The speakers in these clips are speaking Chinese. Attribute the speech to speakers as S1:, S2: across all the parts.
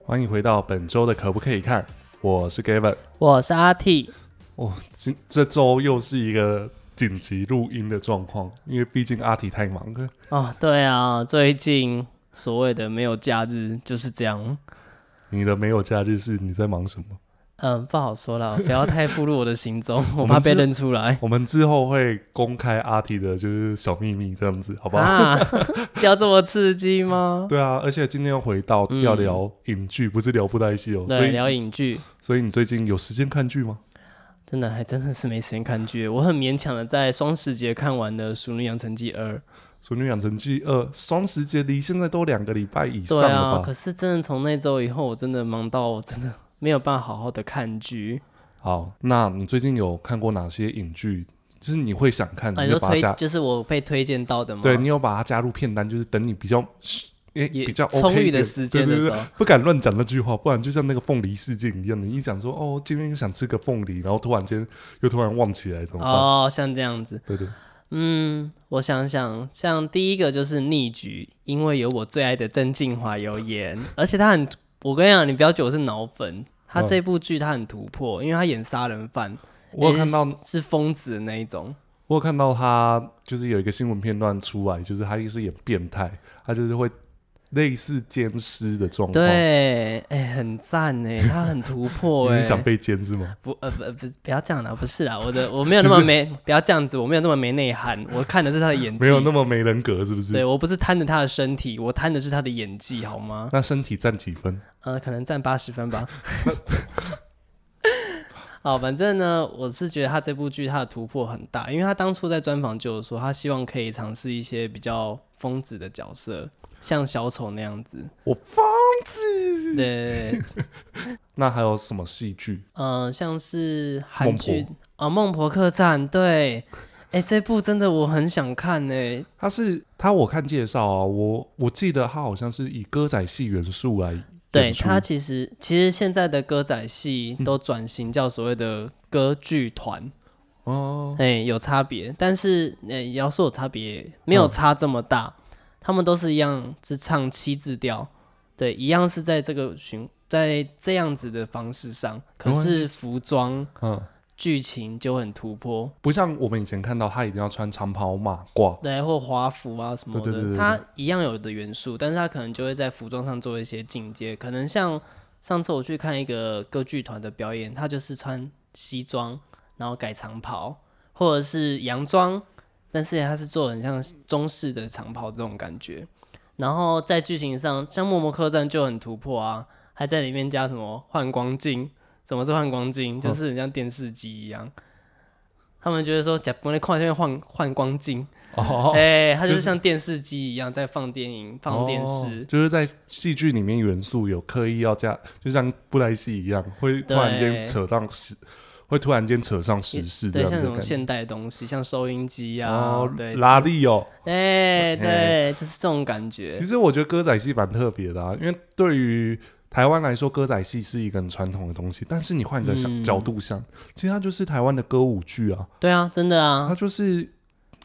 S1: 欢迎回到本周的可不可以看？我是 Gavin。
S2: 我是阿 T，
S1: 哦，这这周又是一个紧急录音的状况，因为毕竟阿提太忙了。
S2: 哦，对啊，最近所谓的没有假日就是这样，
S1: 你的没有假日是你在忙什么？
S2: 嗯，不好说了，不要太暴露我的行 踪，
S1: 我
S2: 我
S1: 们
S2: 怕被
S1: 是
S2: 认出来
S1: 我们之后会公开阿提的就是小秘密，这样子，好不好？
S2: 啊， 要这么刺激吗？
S1: 对啊，而且今天又回到
S2: 嗯
S1: 要聊影剧，不是聊布袋戏哦。所
S2: 对，
S1: 以，
S2: 聊影剧，
S1: 所以你最近有时间看剧吗？
S2: 真的还真的是没时间看剧，我很勉强的在双十节看完了《熟女养成记二》，
S1: 《熟女养成记二》双十节离现在都两个礼拜以上
S2: 对
S1: 了
S2: 啊，
S1: 吧？
S2: 可是真的从那周以后，我真的忙到我真的 没有办法好好的看剧，
S1: 好，那你最近有看过哪些影剧？就是你会想看，
S2: 啊，
S1: 嗯你
S2: 你说
S1: 就把它
S2: 推
S1: 加，
S2: 就是我被推荐到的吗？
S1: 对你有把它加入片单，就是等你比较，诶、
S2: 嗯也
S1: 比较 OK
S2: 充裕
S1: 一点
S2: 的时间
S1: 对
S2: 的
S1: 对
S2: 时
S1: 对
S2: 候，
S1: 不敢乱讲那句话，不然就像那个凤梨事件一样的，你一讲说哦，今天想吃个凤梨，然后突然间又突然忘起来，怎么办？
S2: 哦，像这样子。
S1: 对对，
S2: 嗯，我想想，像第一个就是逆局，因为有我最爱的曾静华有演，而且他很，我跟你讲，你不要觉得我是脑粉，他
S1: 嗯
S2: 这部剧他很突破，因为他演杀人犯，
S1: 我有看到
S2: 也是是疯子的那一种，
S1: 我有看到他就是有一个新闻片段出来，就是他也是演变态，他就是会类似奸尸的状况。
S2: 对，哎、很赞哎，他很突破
S1: 你
S2: 哎
S1: 是，想被奸是吗？
S2: 不呃不不不要这样啦，不是啦，我的我 没有那么没，不要这样子，我没有那么没内涵，我看的是他的演技，
S1: 没有那么没人格是不
S2: 嗯对
S1: 是？
S2: 我不是贪着他的身体，我贪的是他的演技，好吗？
S1: 那身体占几分？
S2: 呃，可能占八十 分吧。好，反正呢，我是觉得他这部剧他的突破很大，因为他当初在专访就有说，他希望可以尝试一些比较疯子的角色，像小丑那样子。
S1: 我疯
S2: 对
S1: 子。
S2: 对， 对
S1: 那还有什么戏剧？
S2: 呃，像是
S1: 孟
S2: 韩
S1: 婆
S2: 剧啊，《孟婆客栈》对，哎、这部真的我很想看呢、
S1: 他是他，我看介绍啊，我我记得他好像是以歌仔戏元素来
S2: 对
S1: 演出嗯
S2: 他其实其实现在的歌仔戏都转型叫所谓的歌剧团，
S1: 哦，
S2: 哎、有差别，但是呃，也要说有差别，没有
S1: 嗯
S2: 差这么大。他们都是一样是唱七字调，对，一样是在这个循在这样子的方式上，可
S1: 没关
S2: 是服装
S1: 嗯，
S2: 剧情就很突破，
S1: 不像我们以前看到他一定要穿长袍马褂，
S2: 对，或华服啊什么
S1: 对对对
S2: 的，
S1: 对
S2: 它一样有的元素，但是它可能就会在服装上做一些进阶，可能像上次我去看一个歌剧团的表演，他就是穿西装，然后改长袍，或者是洋装，但是他是做很像中式的长袍这种感觉。然后在剧情上，像《默默客栈》就很突破啊，还在里面加什么幻光镜？什么是幻光镜？就是很像电视机一样。他们觉得说，假不能看下面幻幻光镜，
S1: 哦，
S2: 哎、它就
S1: 就是
S2: 是像电视机一样在放电影、放电
S1: 哦
S2: 视。
S1: 就是在戏剧里面元素有刻意要加，就像布莱希一样，会突然间
S2: 对
S1: 扯上时，会突然间扯上时事这
S2: 对，
S1: 样
S2: 像
S1: 子
S2: 什
S1: 的
S2: 么
S1: 感觉。
S2: 现代的东西，像收音机啊，
S1: 哦，
S2: 对，
S1: 拉力哦。
S2: 哎、
S1: 哎
S2: 对，就是这种感
S1: 其
S2: 觉。
S1: 实我觉得歌仔戏蛮特别的啊，因为对于台湾来说，歌仔戏是一个很传统的东西，但是你换一个想、
S2: 嗯
S1: 角度想，其实它就是台湾的歌舞剧啊，
S2: 对啊，真的
S1: 它
S2: 啊，
S1: 就是，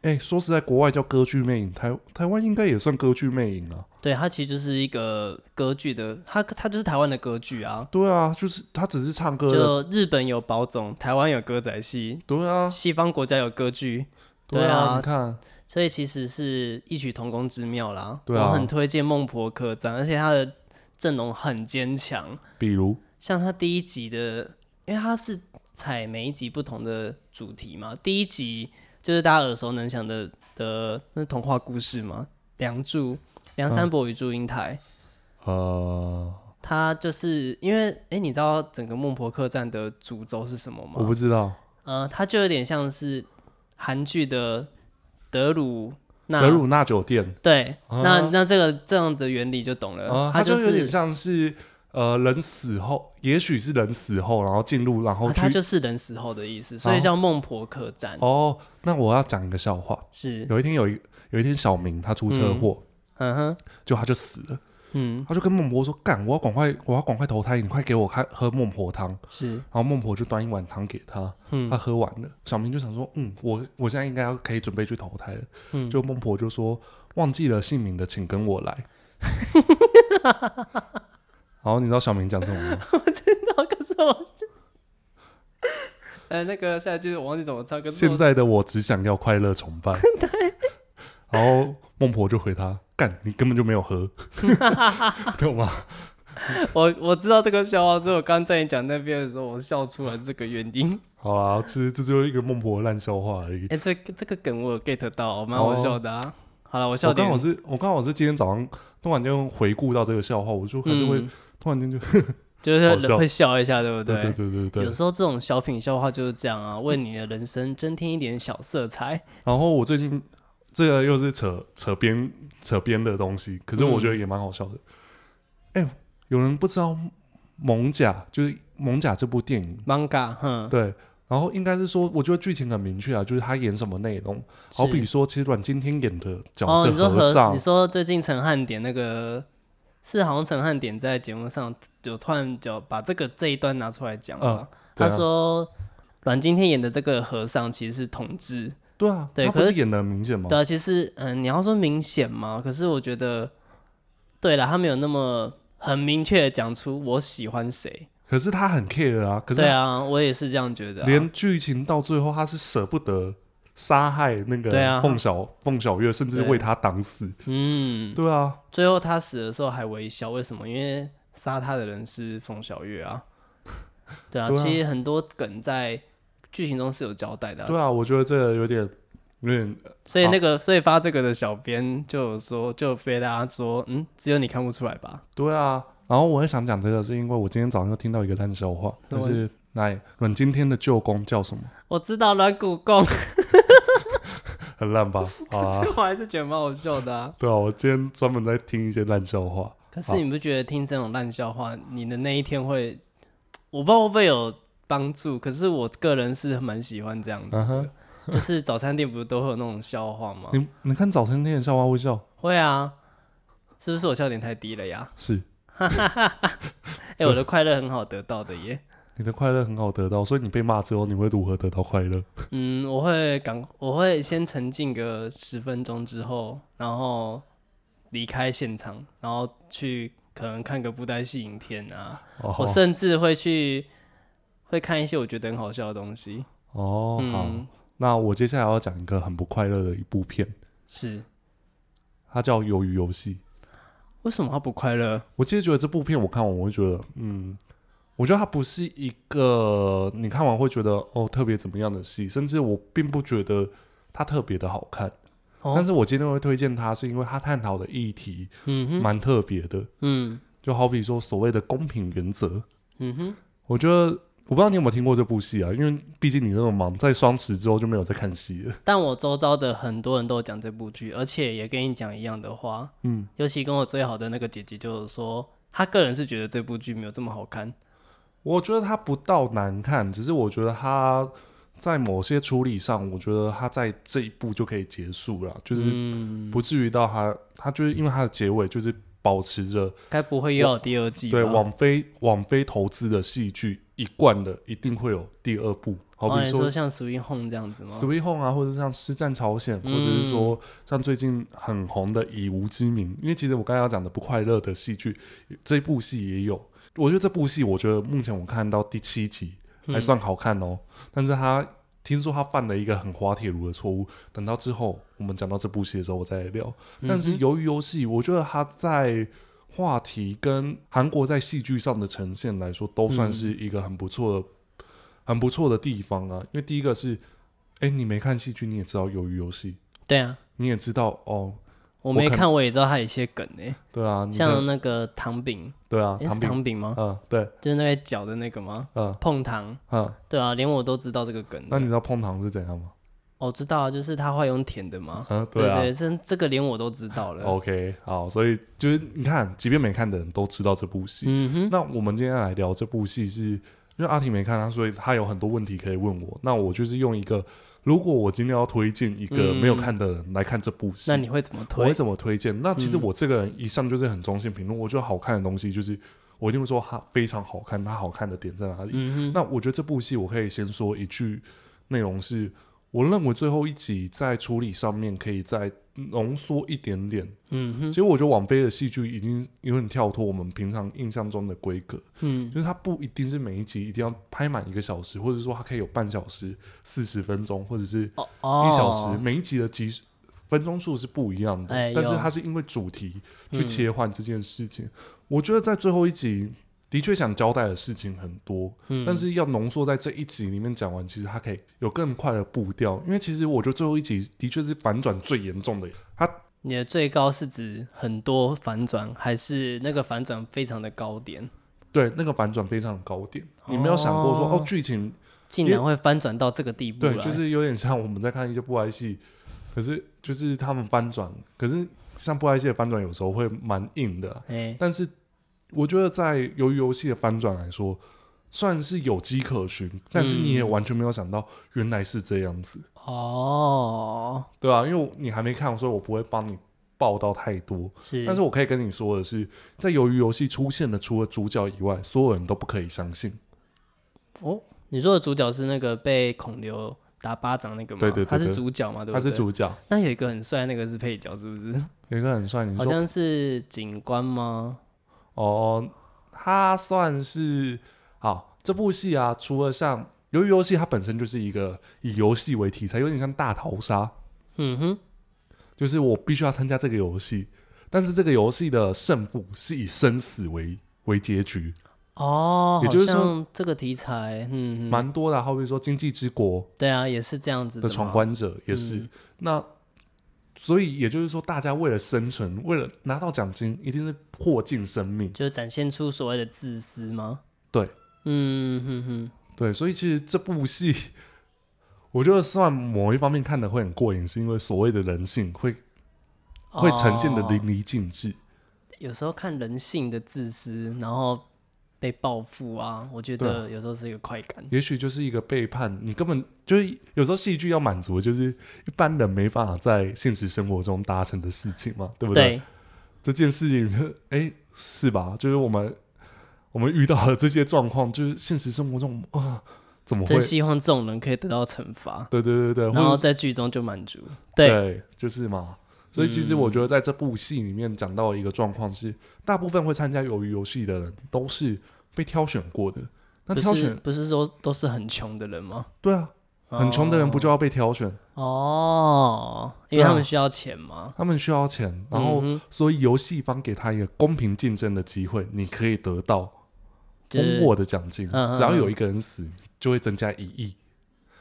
S1: 哎、说实在，国外叫歌剧魅影，台台湾应该也算歌剧魅影啊。
S2: 对，它其实就是一个歌剧的，它它就是台湾的歌剧啊。
S1: 对啊，就是它只是唱歌的，
S2: 就日本有宝冢，台湾有歌仔戏，
S1: 对啊，
S2: 西方国家有歌剧，
S1: 对
S2: 对啊
S1: 你看，
S2: 所以其实是异曲同工之妙啦。
S1: 对啊
S2: 我很推荐《孟婆客栈》，而且它的阵容很坚强。
S1: 比如，
S2: 像他第一集的，因为他是采每一集不同的主题嘛。第一集就是大家耳熟能详的的那童话故事嘛，《梁祝》《梁山
S1: 嗯
S2: 伯与祝英台》
S1: 呃，
S2: 他就是因为，哎、你知道整个孟婆客栈的主轴是什么
S1: 我
S2: 吗
S1: 不？知道，
S2: 呃，它就有点像是韩剧的德鲁纳，
S1: 德鲁纳酒店
S2: 对，
S1: 啊
S2: 那那这个这样的原理就懂了。
S1: 啊，
S2: 呃它
S1: 它就有点
S2: 是
S1: 像是呃人死后，也许是人死后，然后进入，然后
S2: 啊
S1: 去、
S2: 它就是人死后的意思，所以叫孟婆客栈。
S1: 啊哦。那我要讲一个笑话，
S2: 是，
S1: 有一天有一有一天小明他出车祸，
S2: 嗯哼，
S1: 就他就死了，
S2: 嗯，
S1: 他就跟孟婆说：“干，我要赶快，我要赶快投胎，你快给我看喝孟婆汤。”
S2: 是，
S1: 然后孟婆就端一碗汤给他，
S2: 嗯
S1: 他喝完了。小明就想说，嗯，我我现在应该要可以准备去投胎了。
S2: 嗯
S1: 就孟婆就 说，忘记了姓名的请跟我来。然后你知道小明讲什么吗？
S2: 然后可是我就，呃，那个下一句我忘记怎么唱，可是
S1: 现
S2: 我
S1: 在的我只想要快乐崇 拜。对。 然后孟婆就回他：“干，你根本就没有 喝，懂吗？
S2: 我我知道这个笑话，所以我刚在你讲那边的时候，我笑出来是这个原因。
S1: 好啊，其实这就是一个孟婆的烂笑话而已。
S2: 哎、这这个梗我有 get 到，蛮好笑的啊。好了，我笑
S1: 哦我刚
S2: 点
S1: 好是，我刚好是今天早上突然间回顾到这个笑话，我就还是会、
S2: 嗯
S1: 突然间就
S2: 就是
S1: 好
S2: 人
S1: 笑
S2: 会笑一下，对不
S1: 对对对对
S2: 有
S1: 对。
S2: 时候这种小品笑话就是这样啊，为你的人生增添一点小色彩。
S1: 然后我最近这个又是扯扯边扯边的东西，可是我觉
S2: 嗯
S1: 得也蛮好笑的。哎、有人不知道《蒙甲》就是《蒙甲》这部电影，
S2: manga，哼，
S1: 对。然后应该是说，我觉得剧情很明确啊，就是他演什么内容。好比
S2: 是
S1: 说，其实阮经天演的角
S2: 哦，
S1: 色
S2: 你说和
S1: 尚
S2: 你，说最近陈汉典那个是好像陈汉典在节目上有突然就把这个这一段拿出来讲
S1: 嗯
S2: 啊，
S1: 对
S2: 他
S1: 啊
S2: 说阮经天演的这个和尚其实是同志，
S1: 对啊，
S2: 对
S1: 他不
S2: 可
S1: 是
S2: 是
S1: 演的明显吗？
S2: 对啊，其实嗯，你要说明显嘛，可是我觉得对啦，他没有那么很明确的讲出我喜欢谁。
S1: 可是他很 care 啊，可是
S2: 对啊，我也是这样觉得啊、
S1: 连剧情到最后，他是舍不得杀害那个
S2: 对啊
S1: 凤小凤小月，甚至
S2: 对啊
S1: 为他挡死。
S2: 嗯，
S1: 对啊，
S2: 最后他死的时候还微笑，为什么？因为杀他的人是冯小 月啊。对啊，
S1: 对啊
S2: 其实很多梗在剧情中是有交代的啊、
S1: 对啊，我觉得这个有点有点
S2: 所以那个、所以发这个的小编就有说，就被大家说，嗯，只有你看不出来吧？
S1: 对啊。然后我很想讲这个，是因为我今天早上又听到一个烂笑话，
S2: 什
S1: 就
S2: 么
S1: 是来阮经天的舅公叫什么？
S2: 我知道软骨功，
S1: 很烂吧？好啊，
S2: 我还是觉得蛮好笑的啊。
S1: 对啊，我今天专门在听一些烂笑话。
S2: 可是你不觉得听这种烂笑话，你的那一天会，我不知道会不会有帮助？可是我个人是蛮喜欢这样
S1: 嗯
S2: 子的
S1: 哼，
S2: 就是早餐店不是都会有那种笑 话吗？
S1: 你你看早餐店的笑话会笑
S2: 会啊，是不是我笑点太低了呀？
S1: 是
S2: 哎、我的快乐很好得到 的耶。
S1: 你的快乐很好得到，所以你被骂之后，你会如何得到快乐？
S2: 嗯，我会赶，我会先沉浸个十分钟之后，然后离开现场，然后去可能看个布袋戏影片啊，我
S1: 哦
S2: 甚至会去会看一些我觉得很好笑的东西。
S1: 哦，好，
S2: 嗯，
S1: 那我接下来要讲一个很不快乐的一部片，
S2: 是
S1: 它叫《鱿鱼游戏》。
S2: 为什么他不快乐？
S1: 我其实觉得这部片我看完，我会觉得，嗯，我觉得它不是一个你看完会觉得哦特别怎么样的戏，甚至我并不觉得它特别的好看。
S2: 哦
S1: 但是我今天会推荐它，是因为它探讨的议题
S2: 嗯哼，
S1: 蛮特别的，
S2: 嗯
S1: 就好比说所谓的公平原则。
S2: 嗯哼，
S1: 我觉得我不知道你有没有听过这部戏啊，因为毕竟你那么忙，在双十之后就没有再看戏了。
S2: 但我周遭的很多人都有讲这部剧，而且也跟你讲一样的话，
S1: 嗯，
S2: 尤其跟我最好的那个姐姐就是说，她个人是觉得这部剧没有这么好看。
S1: 我觉得它不到难看，只是我觉得它在某些处理上，我觉得它在这一步就可以结束了，就是
S2: 嗯，
S1: 不至于到它，它就是因为它的结尾就是保持着
S2: 该不会又有第二季吧？
S1: 对网飞网飞投资的戏剧一贯的一定会有第二部，好
S2: 哦
S1: 比
S2: 你
S1: 说
S2: 说
S1: 《
S2: 像《Swing Home》这样子吗？
S1: Sweet Home》啊，或者像《师战朝鲜》，
S2: 嗯
S1: 或者是说像最近很红的《以无之名》，因为其实我刚才要讲的不快乐的戏剧，这部戏也有。我觉得这部戏，我觉得目前我看到第七集，还算好看哦。但是他听说他犯了一个很滑铁卢的错误，等到之后我们讲到这部戏的时候，我再来聊。但是由于游戏，我觉得他在话题跟韩国在戏剧上的呈现来说，都算是一个很不错的、很不错的地方啊。因为第一个是，哎、你没看戏剧，你也知道鱿鱼游戏，
S2: 对啊，
S1: 你也知道哦，
S2: 我没
S1: 我可
S2: 看，哦我也知道她有一些梗诶、
S1: 对啊，你看
S2: 像那个糖饼，
S1: 对啊，
S2: 诶是
S1: 唐饼，
S2: 糖饼吗？
S1: 嗯，对，
S2: 就是那个脚的那个吗？
S1: 嗯
S2: 碰糖，
S1: 嗯，
S2: 对啊，连我都知道这个梗的。
S1: 那你知道碰糖是怎样吗？
S2: 哦，知道啊，就是他会用甜的吗？
S1: 嗯，啊，
S2: 哦
S1: 哦
S2: 对，这这个连我都知道了。
S1: OK，好，所以就是你看，即便没看的人都知道这部戏。
S2: 嗯哼，
S1: 那我们今天来聊这部戏是，因为阿婷没看他，啊所以他有很多问题可以问我。那我就是用一个，如果我今天要推荐一个
S2: 嗯
S1: 没有看的人来看这部戏，
S2: 那你会怎么
S1: 我会
S2: 推？嗯
S1: 怎么推荐？那其实我这个人一向就是很中性评论，我觉得好看的东西就是我一定会说它非常好看，它好看的点在哪里？
S2: 嗯哼，
S1: 那我觉得这部戏我可以先说一句内容是，我认为最后一集在处理上面可以再浓缩一点点。
S2: 嗯
S1: 其
S2: 哼，
S1: 实我觉得网飞的戏剧已经有点跳脱我们平常印象中的规格，
S2: 嗯
S1: 就是它不一定是每一集一定要拍满一个小时，或者说它可以有半小时、四十分钟，或者是
S2: 哦哦，
S1: 一小时，每一集的集数分钟数是不一样的，
S2: 哎
S1: 但是
S2: 有
S1: 它是因为主题去
S2: 嗯
S1: 切换这件事情。我觉得在最后一集的确想交代的事情很多，
S2: 嗯
S1: 但是要浓缩在这一集里面讲完，其实它可以有更快的步调，因为其实我觉得最后一集的确是反转最严重的，它
S2: 你的最高是指很多反转，还是那个反转非常的高点，
S1: 对那个反转非常的高点，你没有想过说
S2: 哦
S1: 哦剧情
S2: 竟然会翻转到这个地步
S1: 对，
S2: 来？
S1: 就是有点像我们在看一些布袋戏，可是就是他们翻转，可是像布袋戏的翻转有时候会蛮硬的啊、
S2: 哎，
S1: 但是我觉得在《鱿鱼游戏》的翻转来说，算是有迹可循，但是你也完全没有想到原来是这样子，
S2: 哦，
S1: 对吧、因为你还没看，所以我不会帮你报道太多。
S2: 是，
S1: 但是我可以跟你说的是，在《鱿鱼游戏》出现的除了主角以外，所有人都不可以相信。
S2: 哦，你说的主角是那个被孔刘打巴掌那个吗？
S1: 对对对
S2: 他是
S1: 对
S2: 主角嘛，对不
S1: 他
S2: 对？
S1: 是。主角，
S2: 那有一个很帅，那个是配角，是不是？
S1: 有一个很帅，你
S2: 好
S1: 说
S2: 像是警官吗？
S1: 哦，他算是好这部戏啊，除了像《鱿鱼游戏》，它本身就是一个以游戏为题材，有点像大逃杀。
S2: 嗯哼，
S1: 就是我必须要参加这个游戏，但是这个游戏的胜负是以生死为为结局，
S2: 哦，
S1: 也
S2: 好
S1: 就是说
S2: 像这个题材，嗯，嗯
S1: 蛮多的啊。好比说《经济之国
S2: 对啊，也是这样子》
S1: 的
S2: 嘛
S1: 闯，关者也是。
S2: 嗯
S1: 那所以也就是说，大家为了生存，为了拿到奖金，一定是破尽生命。
S2: 就是展现出所谓的自私吗？
S1: 对，
S2: 嗯哼哼，
S1: 对，所以其实这部戏，我觉得算某一方面看的会很过瘾，是因为所谓的人性会会呈现的
S2: 哦
S1: 淋漓尽致。
S2: 有时候看人性的自私，然后被报复啊，我觉
S1: 对啊
S2: 得有时候是一个快感。
S1: 也许就是一个背叛，你根本就是有时候戏剧要满足，就是一般人没办法在现实生活中达成的事情嘛，对不对？
S2: 对，
S1: 这件事情，哎、是吧？就是我们我们遇到了这些状况，就是现实生活中啊、怎么会
S2: 真？希望这种人可以得到惩罚，
S1: 对对对对，
S2: 然
S1: 或者
S2: 后在剧中就满足。
S1: 对
S2: 对，嗯
S1: 就是嘛。所以其实我觉得在这部戏里面讲到一个状况是，大部分会参加鱿鱼游戏的人都是被挑选过的。那
S2: 不
S1: 挑
S2: 是
S1: 选
S2: 不是说都是很穷的人吗？
S1: 对啊，很穷的人不就要被挑选？
S2: 哦，因为
S1: 对啊
S2: 他们需要钱嘛。
S1: 他们需要钱，然后
S2: 嗯哼
S1: 所以游戏方给他一个公平竞争的机会，你可以得到
S2: 就是
S1: 通过的奖金。
S2: 嗯嗯
S1: 只要有一个人死，就会增加一亿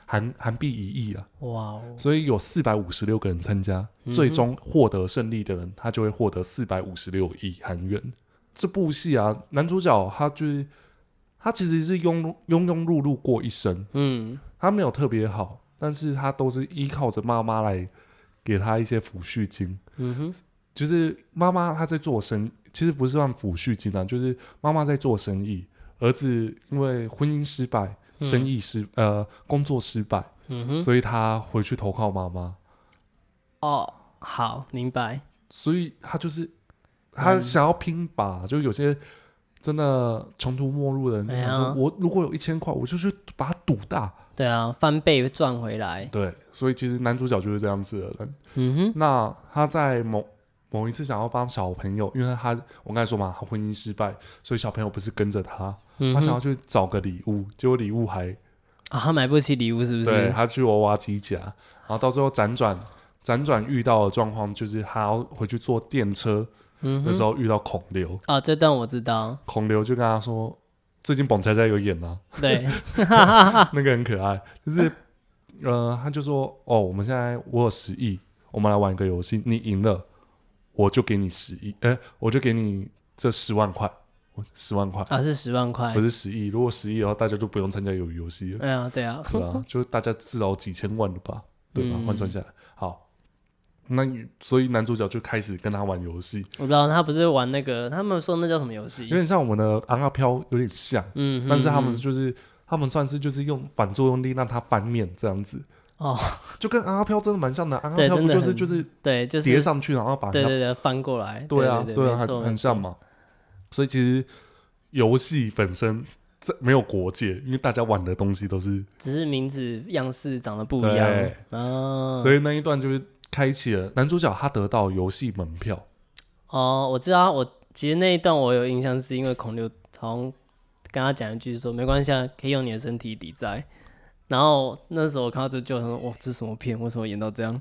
S1: 韩韩币一亿啊！
S2: 哇哦，嗯
S1: 所以有四百五十六个人参加，最终获得胜利的人，他就会获得四百五十六亿韩元。这部戏啊，男主角他就是他其实是庸庸庸碌碌过一生，
S2: 嗯，
S1: 他没有特别好，但是他都是依靠着妈妈来给他一些抚恤金。
S2: 嗯哼，
S1: 就是妈妈她在做生，其实不是算抚恤金啊，就是妈妈在做生意，儿子因为婚姻失败，
S2: 嗯
S1: 生意失、呃工作失败，
S2: 嗯哼，
S1: 所以他回去投靠妈妈，
S2: 哦，好，明白。
S1: 所以他就是他
S2: 嗯
S1: 想要拼吧，就有些真的穷途末路的人，
S2: 哎呀
S1: 想说我如果有一千块，我就去把它赌大。
S2: 对啊，翻倍赚回来。
S1: 对，所以其实男主角就是这样子的人。
S2: 嗯哼，
S1: 那他在某某一次想要帮小朋友，因为他我刚才说嘛，他婚姻失败，所以小朋友不是跟着他，
S2: 嗯
S1: 他
S2: 哼
S1: 想要去找个礼物，结果礼物还
S2: 啊，他买不起礼物是不
S1: 对
S2: 是？
S1: 他去娃娃机夹，然后到最后辗转辗转遇到的状况就是他要回去坐电车
S2: 嗯
S1: 的时
S2: 哼，
S1: 候遇到孔刘，
S2: 啊，这段我知道。
S1: 孔刘就跟他说，最近蹦恰恰有演啊，
S2: 对，
S1: 那个很可爱，就是呃，他就说哦，我们现在我有十亿，我们来玩一个游戏，你赢了我就给你十亿，呃，我就给你这十万块，我十万块
S2: 啊，是十万块
S1: 不。是十亿，如果十亿的话，大家就不用参加鱿鱼游戏了。
S2: 哎呀，对啊，
S1: 对 啊，就是大家至少几千万的吧，对吧？
S2: 嗯
S1: 换算下来，好，那所以男主角就开始跟他玩游戏，
S2: 我知道他不是玩那个，他们说那叫什么游戏
S1: 有？点像我们的昂阿飘有点像，
S2: 嗯，
S1: 但是他们
S2: 嗯
S1: 就是他们算是就是用反作用力让他翻面这样子，
S2: 哦，
S1: 就跟昂阿飘真的蛮像的，昂阿
S2: 对
S1: 飘不
S2: 真的
S1: 就是
S2: 很
S1: 就是
S2: 对，就
S1: 叠
S2: 是
S1: 上去然后把
S2: 对
S1: 人家
S2: 对对，翻过来。
S1: 对啊
S2: 对
S1: 啊，
S2: 没错
S1: 很很
S2: 没
S1: 像
S2: 错
S1: 嘛，所以其实游戏本身。这没有国界，因为大家玩的东西都是，
S2: 只是名字样式长得不一样
S1: 对。
S2: 啊，
S1: 所以那一段就是开启了男主角他得到游戏门票，
S2: 哦，我知道，我其实那一段我有印象，是因为孔刘好像跟他讲一句说没关系，啊，可以用你的身体抵债。然后那时候我看到这就想说，哇，这是什么片？为什么演到这样？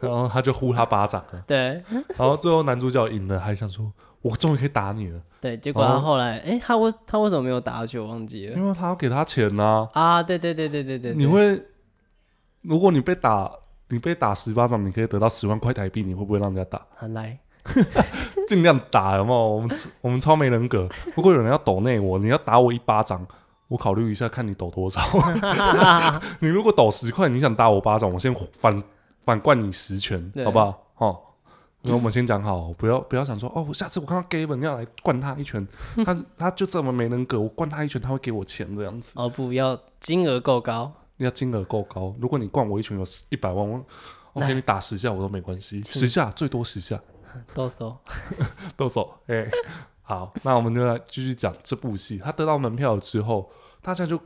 S1: 然后他就呼他巴掌了，
S2: 对
S1: 然后最后男主角赢了，还想说我终于可以打你了，
S2: 对，结果他后来，哎、他为他为什么没有打下去？我忘记了
S1: 因为他要给他钱呐、
S2: 啊！对对对对对对，对
S1: 你会，如果你被打，你被打十巴掌，你可以得到十万块台币，你会不会让人家打？
S2: 很来
S1: 尽量打，有没有？我们我们超没人格。如果有人要抖内我，你要打我一巴掌，我考虑一下，看你抖多少。 你如果抖十块，你想打我巴掌，我先反反灌你十拳，
S2: 对
S1: 好不好？哦，那我们先讲好，不要不要想说哦，下次我看到 Gavin 要来灌他一拳，他他就这么没人格，我灌他一拳他会给我钱这样子。
S2: 哦不要金额够高，
S1: 要金额够高，如果你灌我一拳有一百万，我我给你打十下我都没关系，
S2: 是
S1: 十下最多十下。
S2: 到时候
S1: 动手，哎、好，那我们就来继续讲这部戏。他得到门票之后，大家就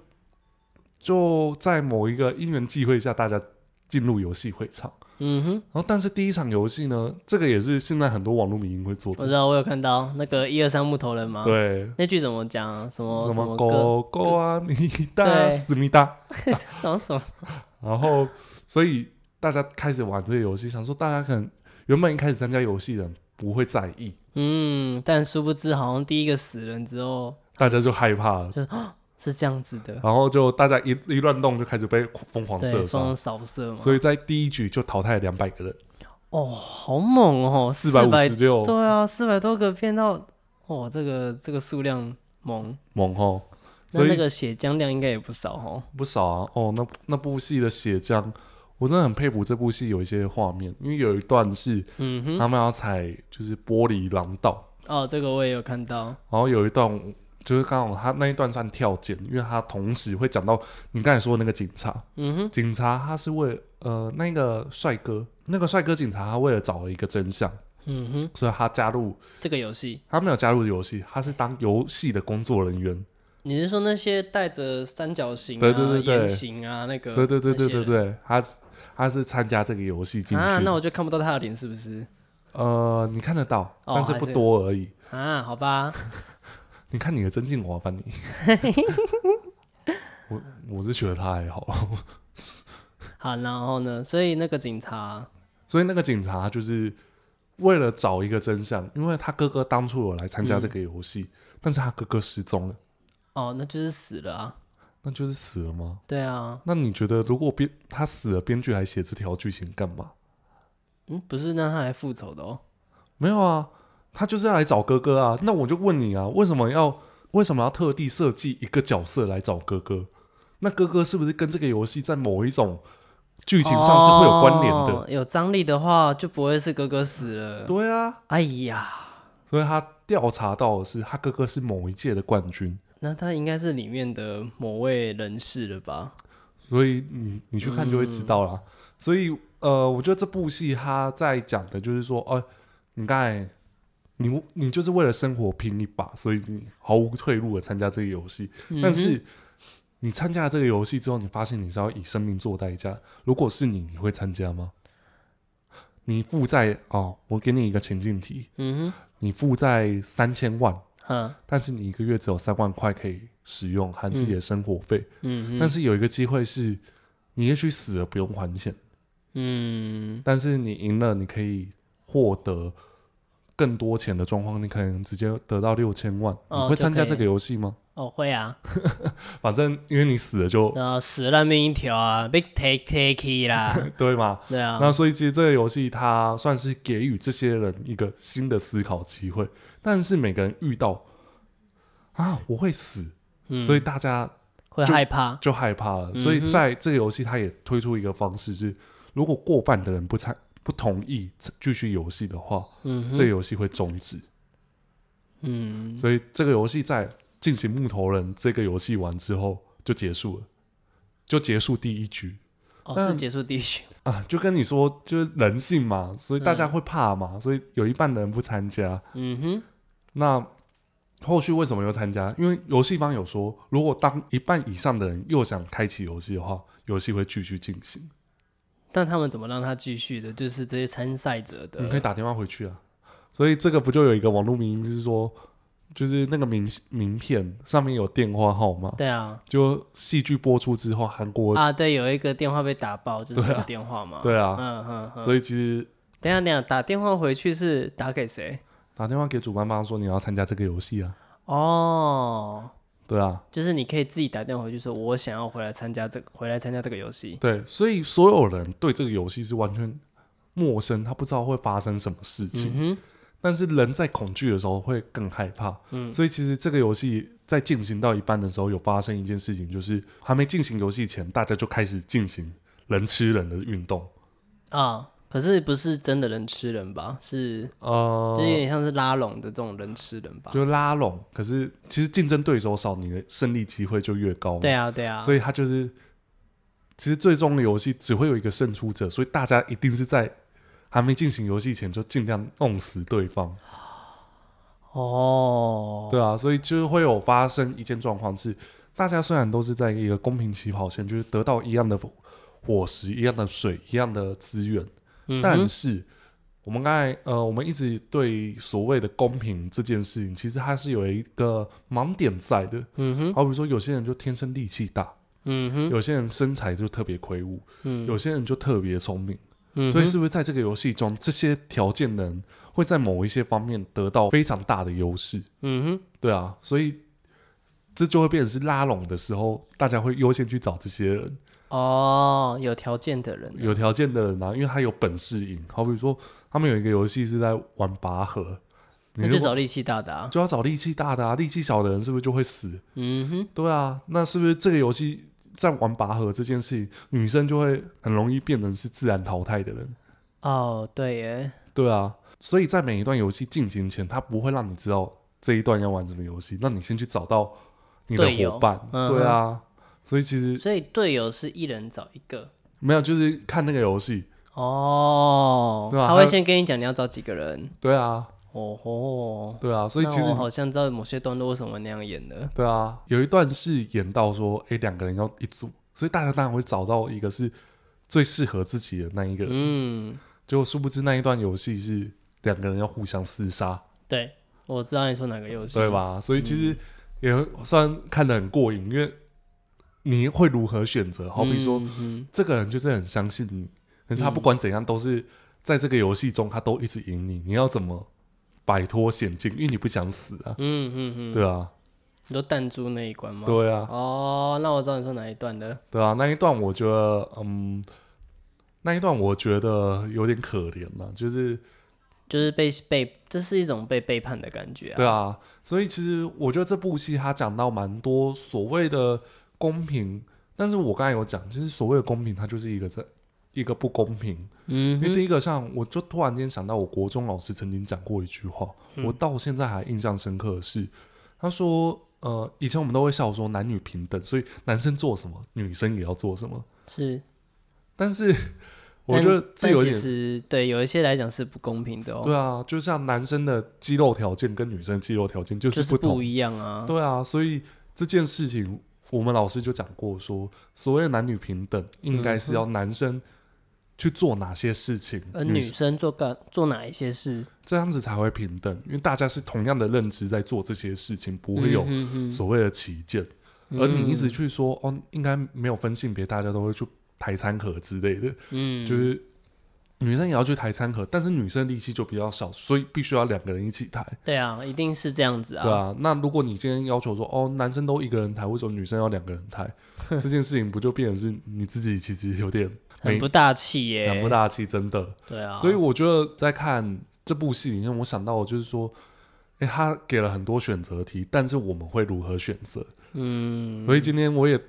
S1: 就在某一个因缘际会下，大家进入游戏会场。
S2: 嗯哼，
S1: 然后，但是第一场游戏呢，这个也是现在很多网络民营会做
S2: 我
S1: 的，
S2: 知道我有看到那个一二三木头人嘛，
S1: 对，
S2: 那句怎么讲啊？什么
S1: 什
S2: 什么
S1: 么
S2: 歌？
S1: 狗狗啊，米达
S2: 对
S1: 思密达，
S2: 什么什么？
S1: 然后，所以大家开始玩这个游戏，想说大家可能原本一开始参加游戏的人不会在意，
S2: 嗯，但殊不知好像第一个死人之后
S1: 大家就害怕了，
S2: 是这样子的，
S1: 然后就大家一一乱动就开始被疯狂
S2: 对，
S1: 射杀
S2: 放，扫射嘛。
S1: 所以在第一局就淘汰两百个人，
S2: 哦，好猛哦，
S1: 四
S2: 百
S1: 百五十六
S2: 对啊，四百多个变到，哦，这个这个数量猛，
S1: 猛吼，
S2: 那
S1: 所以
S2: 那个血浆量应该也不少哦。
S1: 不少啊。哦，那那部戏的血浆，我真的很佩服这部戏有一些画面，因为有一段是
S2: 嗯哼，
S1: 他们要踩就是玻璃廊道，
S2: 哦，这个我也有看到，
S1: 然后有一段就是刚好他那一段算跳剪，因为他同时会讲到你刚才说的那个警察，
S2: 嗯哼，
S1: 警察他是为了呃那个帅哥，那个帅哥警察他为了找一个真相，
S2: 嗯哼，
S1: 所以他加入
S2: 这个游戏，
S1: 他没有加入游戏，他是当游戏的工作人员。
S2: 你是说那些带着三角形啊、
S1: 对对对对
S2: 圆形啊那个？
S1: 对对对对
S2: 那些
S1: 对
S2: 人
S1: 对，他他是参加这个游戏进去
S2: 啊，那
S1: 的，
S2: 我就看不到他的脸是不是？
S1: 呃，你看得到，
S2: 哦
S1: 但是
S2: 还
S1: 不
S2: 是
S1: 多而已。
S2: 啊，好吧，
S1: 你看你的真进我吧你， 我我是觉得他还好，
S2: 好，然后呢？所以那个警察，
S1: 所以那个警察就是为了找一个真相，因为他哥哥当初有来参
S2: 嗯
S1: 加这个游戏，但是他哥哥失踪了，
S2: 哦，那就是死了啊。
S1: 那就是死了吗？
S2: 对啊，
S1: 那你觉得如果编他死了，编剧还写这条剧情干嘛？
S2: 嗯，不是让他来复仇的哦。
S1: 没有啊，他就是要来找哥哥啊。那我就问你啊，为什么要为什么要特地设计一个角色来找哥哥？那哥哥是不是跟这个游戏在某一种剧情上是会有关联的？
S2: 哦有张力的话，就不会是哥哥死了。
S1: 对啊，
S2: 哎呀，
S1: 所以他调查到的是他哥哥是某一届的冠军，
S2: 那他应该是里面的某位人士了吧？
S1: 所以你你去看就会知道啦。所以呃，我觉得这部戏他在讲的就是说，呃，你刚才你你就是为了生活拼一把，所以你毫无退路的参加这个游戏。但是你参加了这个游戏之后，你发现你是要以生命做代价。如果是你，你会参加吗？你负债哦，我给你一个情境题，
S2: 嗯
S1: 你负债三千万，
S2: 哼，哼，
S1: 但是你一个月只有三万块可以使用，含自己的生活费。
S2: 嗯
S1: 但
S2: 哼，
S1: 是有一个机会是，你也许死了不用还钱，
S2: 嗯，
S1: 但是你赢了，你可以获得更多钱的状况，你可能直接得到六千万。
S2: 哦
S1: 你会参加
S2: 就可
S1: 这
S2: 以
S1: 个游戏吗？
S2: 哦，会啊，
S1: 反正因为你死了就
S2: 那死烂命一条啊，被 take take 啦，
S1: 对嘛。
S2: 对 啊，
S1: 那所以其实这个游戏它算是给予这些人一个新的思考机会，但是每个人遇到啊我会死，
S2: 嗯
S1: 所以大家
S2: 会害怕，
S1: 就害怕了。
S2: 嗯哼
S1: 所以在这个游戏，它也推出一个方式是，如果过半的人不参不同意继续游戏的话，
S2: 嗯
S1: 这个
S2: 哼，
S1: 游戏会终止。
S2: 嗯，
S1: 所以这个游戏在进行木头人这个游戏完之后就结束了，就结束第一局
S2: 哦，
S1: 但
S2: 是结束地 区，
S1: 啊，就跟你说就是人性嘛，所以大家会怕嘛，所以有一半的人不参加。
S2: 嗯哼，
S1: 那后续为什么又参加？因为游戏方有说，如果当一半以上的人又想开启游戏的话，游戏会继续进行。
S2: 但他们怎么让他继续的？就是这些参赛者
S1: 你可以
S2: 的，
S1: 打电话回去啊。所以这个不就有一个网络名音，就是说，就是那个名名片上面有电话号码，
S2: 对啊，
S1: 就戏剧播出之后，韩国、
S2: 啊，对，有一个电话被打爆，就是那个电话嘛。
S1: 对啊，
S2: 嗯哼哼。
S1: 所以其实
S2: 等一下，等一下，打电话回去是打给谁？
S1: 打电话给主办方说你要参加这个游戏啊，
S2: 哦，
S1: 对啊，
S2: 就是你可以自己打电话回去说，我想要回来参加这个，回来参加这个游戏。
S1: 对，所以所有人对这个游戏是完全陌生，他不知道会发生什么事情。
S2: 嗯哼，
S1: 但是人在恐惧的时候会更害怕，
S2: 嗯
S1: 所以其实这个游戏在进行到一半的时候，有发生一件事情，就是还没进行游戏前，大家就开始进行人吃人的运动，
S2: 啊，可是不是真的人吃人吧？是，
S1: 呃
S2: 就，有点像是拉拢的这种人吃人吧？
S1: 就拉拢。可是其实竞争对手少，你的胜利机会就越高，
S2: 对、啊，对啊。
S1: 所以它就是其实最终的游戏只会有一个胜出者，所以大家一定是在还没进行游戏前就尽量弄死对方。
S2: 哦，
S1: 对啊，所以就会有发生一件状况是，大家虽然都是在一个公平起跑线，就是得到一样的伙食、一样的水、一样的资源，
S2: 嗯哼
S1: 但是我们刚才呃，我们一直对所谓的公平这件事情，其实它是有一个盲点在的。
S2: 嗯哼，
S1: 好比说，有些人就天生力气大，
S2: 嗯哼，
S1: 有些人身材就特别魁梧，
S2: 嗯
S1: 有些人就特别聪明。
S2: 嗯哼，
S1: 所以是不是在这个游戏中，这些条件的人会在某一些方面得到非常大的优势？
S2: 嗯
S1: 对啊，所以这就会变成是拉拢的时候，大家会优先去找这些人
S2: 哼，哦，有条件的人啊，
S1: 有条件的人啊，因为他有本事赢。好比说，他们有一个游戏是在玩拔河，你
S2: 那
S1: 如
S2: 就
S1: 果
S2: 找力气大的啊。
S1: 就要找力气大的啊，力气小的人是不是就会死？
S2: 嗯哼，
S1: 对啊，那是不是这个游戏在玩拔河这件事情，女生就会很容易变成是自然淘汰的人？
S2: 哦，对耶，
S1: 对啊，所以在每一段游戏进行前，他不会让你知道这一段要玩什么游戏，那你先去找到你的
S2: 队友
S1: 伙伴。
S2: 嗯
S1: 对啊，所以其实
S2: 所以队友是一人找一个。
S1: 没有，就是看那个游戏。
S2: 哦，
S1: 对啊
S2: 他
S1: 还
S2: 会
S1: 有
S2: 先跟你讲你要找几个人。
S1: 对啊，
S2: 哦吼，
S1: 对啊，所以
S2: 那
S1: 其实
S2: 我好像知道某些段落为什么那样演的。
S1: 对啊，有一段是演到说，哎、两个人要一组，所以大家当然会找到一个是最适合自己的那一个人。
S2: 嗯，
S1: 就殊不知那一段游戏是两个人要互相厮杀，
S2: 对，我知道你说哪个游戏，
S1: 对？吧？所以其
S2: 嗯
S1: 实也算看得很过瘾，因为你会如何选择？好比说，
S2: 嗯，嗯
S1: 这个人就是很相信你，可是他不管怎样都是在这个游戏中，他都一直赢你。你要怎么摆脱险境？因为你不想死啊，
S2: 嗯嗯嗯，
S1: 对啊，
S2: 你说弹珠那一关吗？。
S1: 对啊，
S2: 哦，那我知道你说哪一段了。
S1: 对啊。那一段我觉得，嗯，那一段我觉得有点可怜了，就是
S2: 就是被被，这是一种被背叛的感觉啊。
S1: 对啊。所以其实我觉得这部戏它讲到蛮多所谓的公平，但是我刚才有讲，其实所谓的公平，它就是一个在一个不公平。
S2: 嗯
S1: 因为
S2: 哼，
S1: 第一个像，我就突然间想到，我国中老师曾经讲过一句话，
S2: 嗯
S1: 我到现在还印象深刻的是，他说，呃，以前我们都会笑说男女平等，所以男生做什么，女生也要做什么。
S2: 是。
S1: 但 是我
S2: 但
S1: 觉得这
S2: 但
S1: 有
S2: 其
S1: 点
S2: 实对有一些来讲是不公平的哦，
S1: 对啊，就像男生的肌肉条件跟女生的肌肉条件就
S2: 就是是
S1: 不同
S2: 不，一样啊。
S1: 对啊，所以这件事情，我们老师就讲过说，所谓的男女平等，应该是要男生去做哪些事情，
S2: 而
S1: 女
S2: 呃女生做干做哪一些事，
S1: 这样子才会平等，因为大家是同样的认知在做这些事情，不会有
S2: 嗯哼哼
S1: 所谓的歧见。而你一直去说哦，应该没有分性别，大家都会去抬餐盒之类的，
S2: 嗯，
S1: 就是女生也要去抬餐盒，但是女生力气就比较少，所以必须要两个人一起抬，
S2: 对啊，一定是这样子啊。
S1: 对啊。那如果你今天要求说哦，男生都一个人抬，为什么女生要两个人 抬？这件事情不就变成是你自己其实有点
S2: 很
S1: 没
S2: 不大气耶、
S1: 两不大气，真的。
S2: 对啊，
S1: 所以我觉得在看这部戏里面，我想到的就是说，诶，他给了很多选择题，但是我们会如何选择？
S2: 嗯，
S1: 所以今天我也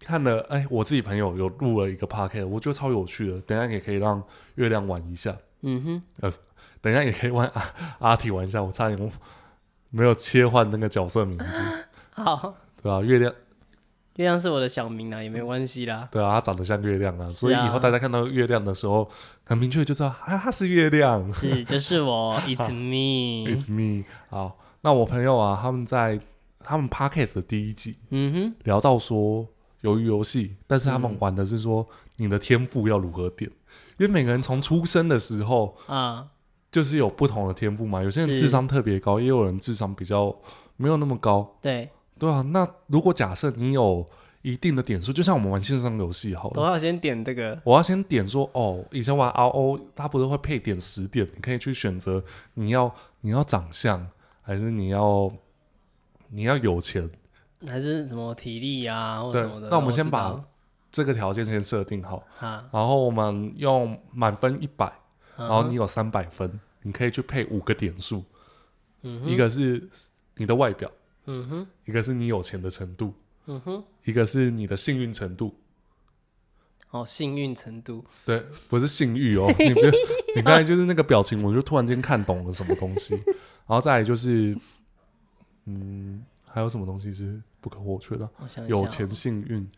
S1: 看了，诶，我自己朋友有录了一个 p o c a s t 我觉得超有趣的。等一下也可以让月亮玩一下，
S2: 嗯哼，
S1: 等一下也可以玩阿阿体玩一下。我差点没有切换那个角色名字，
S2: 好，
S1: 对吧、月亮，
S2: 月亮是我的小名啊，也没关 系啦。
S1: 对啊，他长得像月亮啊，所以
S2: 是啊
S1: 以后大家看到月亮的时候，很明确就知道啊，他是月亮。
S2: 是，就是我，It's me。
S1: It's me。好，那我朋友啊，他们在他们 podcast 的第一集
S2: 嗯哼，
S1: 聊到说，鱿鱼游戏，但是他
S2: 嗯
S1: 们玩的是说你的天赋要如何点，因为每个人从出生的时候
S2: 啊，
S1: 就是有不同的天赋嘛，有些人
S2: 是
S1: 智商特别高，也有人智商比较没有那么高，
S2: 对，
S1: 对啊，那如果假设你有一定的点数，就像我们玩线上游戏好
S2: 我
S1: 了，
S2: 要先点这个，
S1: 我要先点说哦，以前玩 RO，它不是会配点十点，你可以去选择你要你要长相，还是你要你要有钱，
S2: 还是什么体力啊，或者
S1: 对
S2: 什么的。
S1: 那我们
S2: 让
S1: 先
S2: 知
S1: 把
S2: 道
S1: 这个条件先设定好，
S2: 啊，
S1: 然后我们用满分一百，然
S2: 嗯
S1: 后你有三百分，你可以去配五个点数，一个是你的外表，
S2: 嗯哼，
S1: 一个是你有钱的程度，
S2: 嗯哼，
S1: 一个是你的幸运程度。
S2: 哦，幸运程度，
S1: 对，不是性欲 哦，你不要，你刚才就是那个表情，我就突然间看懂了什么东 西。然后再来就是，嗯，还有什么东西是不可或缺的？
S2: 我想一下哦
S1: 有钱、幸运、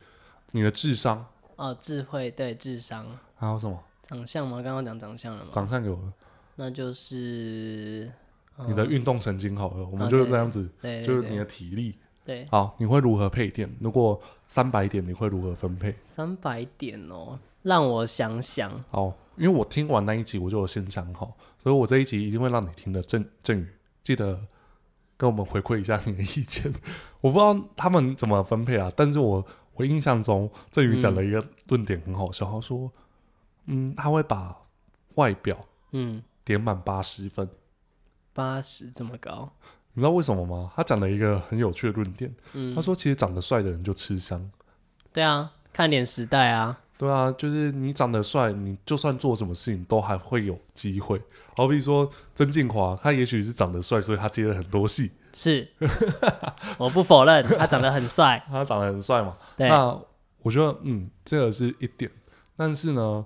S1: 你的智商，
S2: 哦，智慧对智商，
S1: 还有什么？
S2: 长相嘛，刚刚讲长相了嘛，
S1: 长相有了，
S2: 那就是
S1: 你的运动神经好了，我们
S2: 啊
S1: 就是
S2: 呃对
S1: 这样子，
S2: 对
S1: 就
S2: 对
S1: 是你
S2: 对
S1: 的体力。
S2: 对，
S1: 好，你会如何配点？如果三百点，你会如何分配？
S2: 三百点哦，让我想想，
S1: 好，因为我听完那一集我就有先想好，所以我这一集一定会让你听的。郑郑宇，记得跟我们回馈一下你的意见。我不知道他们怎么分配啊，但是我我印象中郑宇讲了一个论点很好笑，他说，嗯，他会把外表
S2: 嗯，
S1: 点满八十分，
S2: 八十这么高，
S1: 你知道为什么吗？他讲了一个很有趣的论点，
S2: 嗯
S1: 他说其实长得帅的人就吃香。
S2: 对啊，看脸时代啊，
S1: 对啊，就是你长得帅，你就算做什么事情都还会有机会。好比说曾静华，他也许是长得帅，所以他接了很多戏，
S2: 是， 我不否认他长得很帅，
S1: 他长得很帅嘛。
S2: 对，
S1: 那我觉得，嗯，这个是一点。但是呢，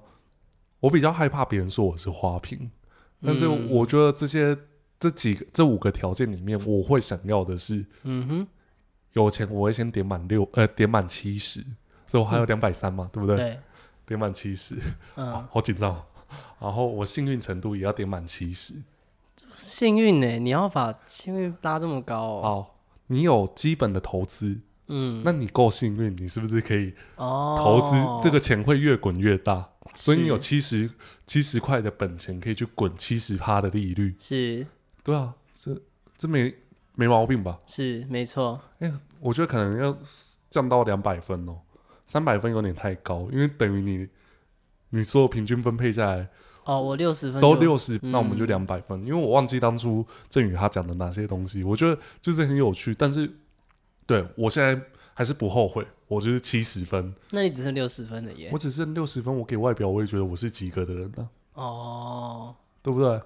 S1: 我比较害怕别人说我是花瓶。但是
S2: 嗯
S1: 我觉得这些这几个这五个条件里面，我会想要的是
S2: 嗯哼，
S1: 有钱，我会先点满六，呃，点满七十，所以我还有两百三嘛，对不对？
S2: 对，
S1: 点满七十，
S2: 嗯，
S1: 好紧张、哦。然后我幸运程度也要点满七十。
S2: 幸运呢，你要把幸运拉这么高哦，
S1: 好，你有基本的投资，
S2: 嗯，
S1: 那你够幸运，你是不是可以
S2: 哦，
S1: 投资？这个钱会越滚越大，所以你有
S2: 是
S1: 七十七十块的本钱可以去滚七十趴的利率。
S2: 是
S1: 对啊，这这没没毛病吧？
S2: 是没错，
S1: 哎、呀，我觉得可能要降到两百分哦，三百分有点太高，因为等于你你所有平均分配下来
S2: 哦，我六十分
S1: 都
S2: 就
S1: 六十、那我们就
S2: 嗯
S1: 两百分。因为我忘记当初郑宇他讲的哪些东西，我觉得就是很有趣。但是，对我现在还是不后悔，我就是七十分，
S2: 那你只剩六十分了耶
S1: 我。只剩六十分，我给外表我也觉得我是及格的人了、
S2: 哦，
S1: 对不对？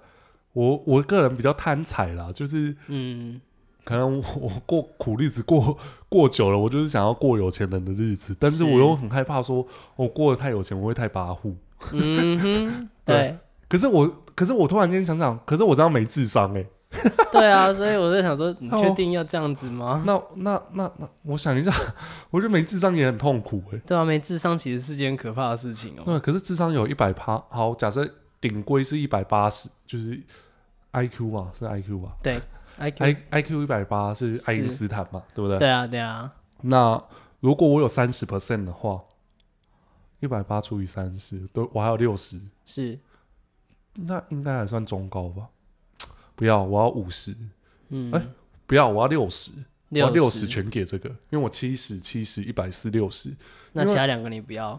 S1: 我我个人比较贪财啦，就是
S2: 嗯，
S1: 可能我我过苦日子过过久了，我就是想要过有钱人的日子，但是我
S2: 是
S1: 又很害怕说，我过得太有钱，我会太跋扈。
S2: 嗯哼，对
S1: 对，可是我，可是我突然间想想，可是我这样没智商哎、
S2: 对啊，所以我在想说，你
S1: 哦
S2: 确定要这样子吗？
S1: 那那那那，我想一下，我觉得没智商也很痛苦哎、
S2: 对啊，没智商其实是件很可怕的事情哦。
S1: 对，可是智商有一百趴，好，假设顶规是一百八十，就是 I Q 嘛，是 I Q 吧
S2: 对，I Q，
S1: ，I I Q 一百八是爱因
S2: 是
S1: 斯坦嘛，对不对？
S2: 对啊，对啊，
S1: 那如果我有三十 percent 的话，一百八除以三十，都我还有六十，
S2: 是，
S1: 那应该还算中高吧？不要，我要五十，哎
S2: 嗯，
S1: 不要，我要六十，我要六十
S2: 十，
S1: 全给这个，因为我七十、七十、一百四、六十。
S2: 那
S1: 因为
S2: 其他两个你不要，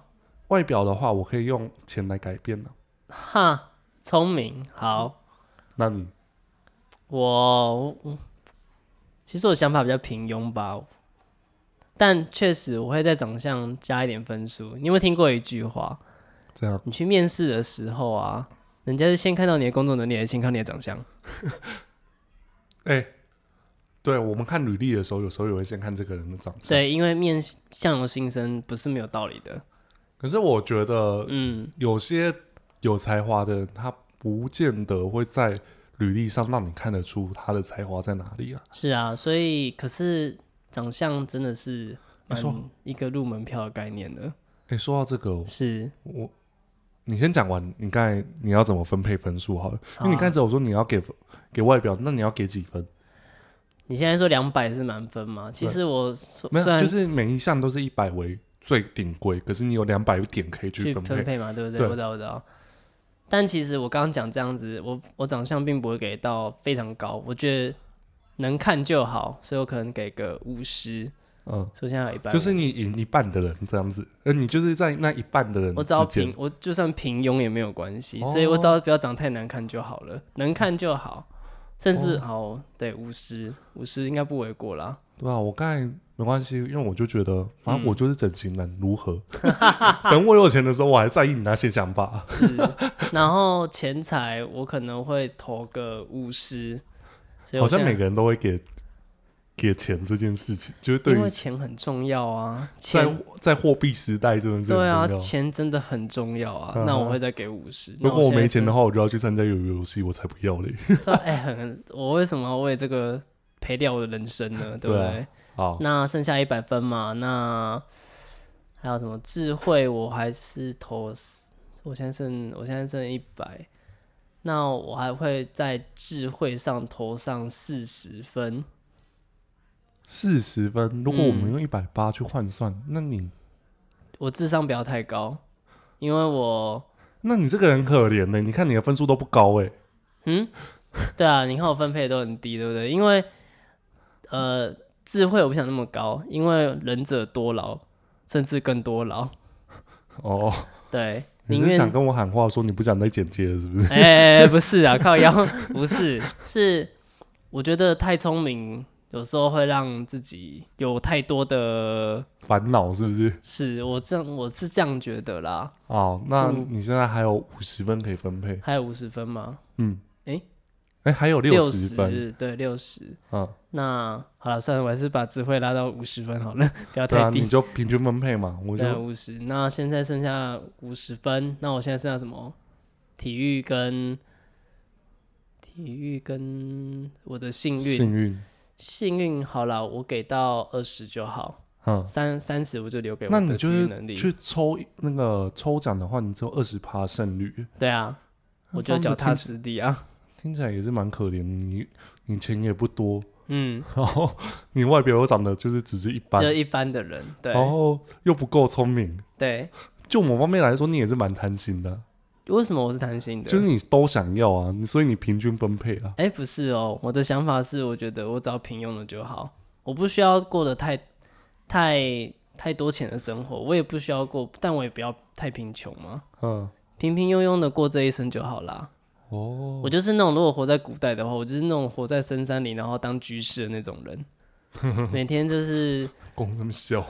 S1: 外表的话，我可以用钱来改变的、
S2: 哈，聪明，好，
S1: 那你
S2: 我，嗯其实我想法比较平庸吧，但确实我会在长相加一点分数。你有没有听过一句话？
S1: 这样
S2: 你去面试的时候啊，人家是先看到你的工作能力，还是先看你的长相？
S1: 哎、对我们看履历的时候，有时候也会先看这个人的长相。
S2: 对，因为面向荣新生不是没有道理的。
S1: 可是我觉得
S2: 嗯，
S1: 有些有才华的人，他不见得会在履历上让你看得出他的才华在哪里啊。
S2: 是啊，所以可是长相真的是
S1: 你说
S2: 蛮一个入门票的概念的，
S1: 哎、说到这个，
S2: 是
S1: 我你先讲完，你刚才你要怎么分配分数好了？因
S2: 好
S1: 为
S2: 啊
S1: 你刚才只有说你要给给外表，那你要给几分？
S2: 你现在说两百是满分吗？其实我虽
S1: 没有，
S2: 虽然
S1: 就是每一项都是一百为最顶规，可是你有两百点可以去
S2: 去
S1: 分
S2: 分
S1: 配。
S2: 配嘛，对不对？
S1: 对
S2: 我知道，我知道。但其实我刚刚讲这样子，我我长相并不会给到非常高，我觉得能看就好，所以我可能给个五十，
S1: 嗯，
S2: 所以现在有一半，
S1: 就是你赢一半的人这样子，呃，你就是在那一半的人
S2: 我只要
S1: 之间
S2: 平，，我就算平庸也没有关系，
S1: 哦
S2: 所以我只要不要长太难看就好了，能看就好，甚至哦，对，五十五十应该不为过啦。
S1: 对啊，我刚才没关系，因为我就觉得，反
S2: 嗯
S1: 正我就是整形男，如何？ 等我有钱的时候，我还在意你那些想法。
S2: 是，然后钱财我可能会投个五十，所以
S1: 好
S2: 我
S1: 像
S2: 现在
S1: 每个人都会给给钱这件事情，就是对
S2: 因
S1: 于
S2: 为钱很重要啊，
S1: 在
S2: 钱
S1: 在货币时代这件事很重
S2: 对啊，
S1: 要。
S2: 钱真的很重要啊。
S1: 嗯哼
S2: 那我会再给五十。
S1: 如果我没钱的
S2: 话，
S1: 话，我就要去参加游游戏，我才不要嘞。
S2: 对啊哎、很，我为什么要为这个赔掉我的人生呢？对不
S1: 对啊
S2: 对？
S1: 好，
S2: 那剩下一百分嘛，那还有什么智慧？我还是投四，我现在剩我现在剩一百，那我还会在智慧上投上四十分。
S1: 四十分，如果我们
S2: 嗯
S1: 用一百八去换算，那你
S2: 我智商不要太高，因为我
S1: 那你这个人可怜呢、你看你的分数都不高哎、
S2: 嗯，对啊，你看我分配都很低，对不对？因为呃，智慧我不想那么高，因为仁者多劳，甚至更多劳。
S1: 哦，
S2: 对，
S1: 你
S2: 宁
S1: 是
S2: 愿
S1: 想跟我喊话说你不想再剪接了是不 是？
S2: 哎、不是啊，靠腰 不是，是我觉得太聪明，有时候会让自己有太多的
S1: 烦恼是不是？
S2: 是我这样我是这样觉得啦。
S1: 哦，那
S2: 嗯
S1: 你现在还有五十分可以分配，
S2: 还有五十分吗？
S1: 嗯，
S2: 诶
S1: 哎、还有
S2: 六
S1: 十分，
S2: 对，六十。
S1: 嗯，
S2: 那好了，算了，我还是把智慧拉到五十分好了，不要
S1: 对啊，
S2: 太低
S1: 你。就平均分配嘛，我
S2: 对，啊
S1: 就
S2: 五十。那现在剩下五十分，那我现在剩下什么？体育跟体育跟我的幸运，
S1: 幸运，
S2: 幸运好了，我给到二十就好，
S1: 嗯，
S2: 三三十我就留给我
S1: 那你
S2: 的体
S1: 就
S2: 育
S1: 是
S2: 能力。
S1: 去抽那个抽奖的话，你只有二十趴胜率，
S2: 对啊，我就
S1: 那这
S2: 脚
S1: 样子
S2: 踏
S1: 听起
S2: 实地啊。
S1: 听起来也是蛮可怜，你你钱也不多，
S2: 嗯，
S1: 然后你外表又长得就是只是一般
S2: 就，一般的人，对
S1: 然后又不够聪明，
S2: 对。
S1: 就某方面来说，你也是蛮贪心的啊，
S2: 为什么我是贪心的？
S1: 就是你都想要啊，你所以你平均分配啊，
S2: 哎、不是哦，我的想法是，我觉得我只要平庸的就好，我不需要过得太太太多钱的生活，我也不需要过，但我也不要太贫穷嘛，
S1: 嗯，
S2: 平平庸庸的过这一生就好啦。
S1: 哦，
S2: 我就是那种如果活在古代的话，我就是那种活在深山里，然后当居士的那种 人，每天就是
S1: 公那么小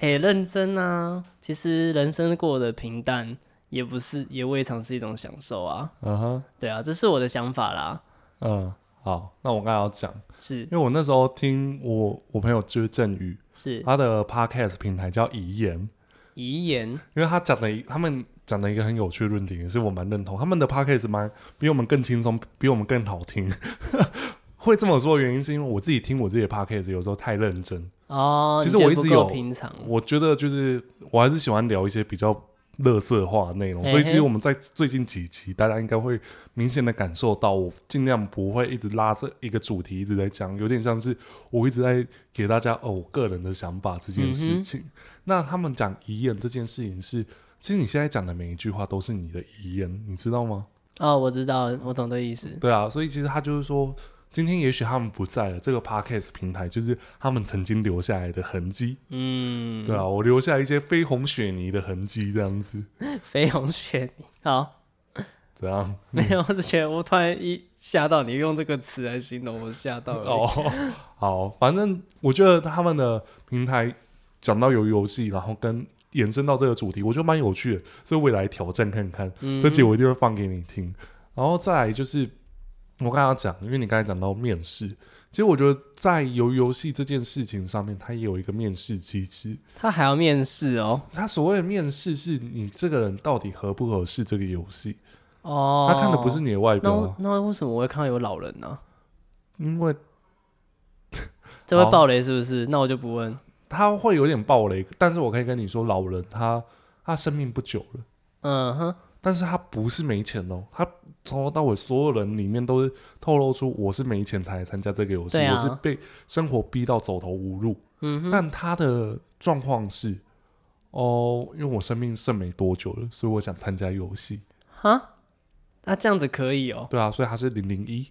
S1: 哎、
S2: 哎、认真啊。其实人生过得平淡，也不是也未尝是一种享受啊。
S1: 嗯哼，
S2: 对啊，这是我的想法啦。
S1: 嗯，好，那我刚才要讲，
S2: 是
S1: 因为我那时候听我我朋友就是郑宇，
S2: 是，
S1: 他的 podcast 平台叫遗言，
S2: 遗言
S1: 因为他讲的一他们讲的一个很有趣的论点，也是我蛮认同。他们的 podcast 蛮比我们更轻松，比我们更好听。 会这么说的原因是因为我自己听我自己的 podcast 有时候太认真，
S2: 哦，
S1: 其
S2: 你
S1: 实
S2: 觉
S1: 我
S2: 得
S1: 一
S2: 不
S1: 直
S2: 够
S1: 有
S2: 平常，
S1: 我觉得就是我还是喜欢聊一些比较。乐色化的内容，所以其
S2: 嘿嘿
S1: 实我们在最近几期，大家应该会明显的感受到，我尽量不会一直拉这一个主题一直在讲，有点像是我一直在给大家哦我个人的想法这件
S2: 嗯
S1: 事
S2: 哼
S1: 情。那他们讲遗言这件事情是，其实你现在讲的每一句话都是你的遗言，你知道吗？
S2: 哦，我知道，我懂这意思。
S1: 对啊，所以其实他就是说，今天也许他们不在了，这个 podcast 平台就是他们曾经留下来的痕迹。
S2: 嗯，
S1: 对啊，我留下一些绯红雪泥的痕迹，这样子，
S2: 绯红雪泥。好，
S1: 怎样？
S2: 没有，我只觉得我突然一吓到你用这个词来形容，我吓到了。
S1: 哦，好，反正我觉得他们的平台讲到游游戏，然后跟延伸到这个主题，我觉得蛮有趣的，所以我也来挑战看看。
S2: 嗯
S1: 这集我一定会放给你听。然后再来就是我刚刚讲，因为你刚才讲到面试，其实我觉得在游游戏这件事情上面，它也有一个面试机制。
S2: 他还要面试哦。
S1: 它所谓的面试，是你这个人到底合不合适这个游戏，
S2: 哦，
S1: 他看的不是你的外
S2: 那
S1: 表、
S2: 我
S1: 啊，
S2: 那为什么我会看到有老人呢、
S1: 因为
S2: 这会
S1: 好
S2: 爆雷是不是？那我就不问。
S1: 他会有点暴雷。但是我可以跟你说，老人他他生命不久了。
S2: 嗯哼，
S1: 但是他不是没钱哦，他从头到尾所有人里面都是透露出我是没钱才来参加这个游戏，
S2: 对啊
S1: 我是被生活逼到走投无路。
S2: 嗯哼，
S1: 但他的状况是，哦，因为我生命剩没多久了，所以我想参加游戏。
S2: 哈，那、这样子可以哦、
S1: 对啊，所以他是零零一，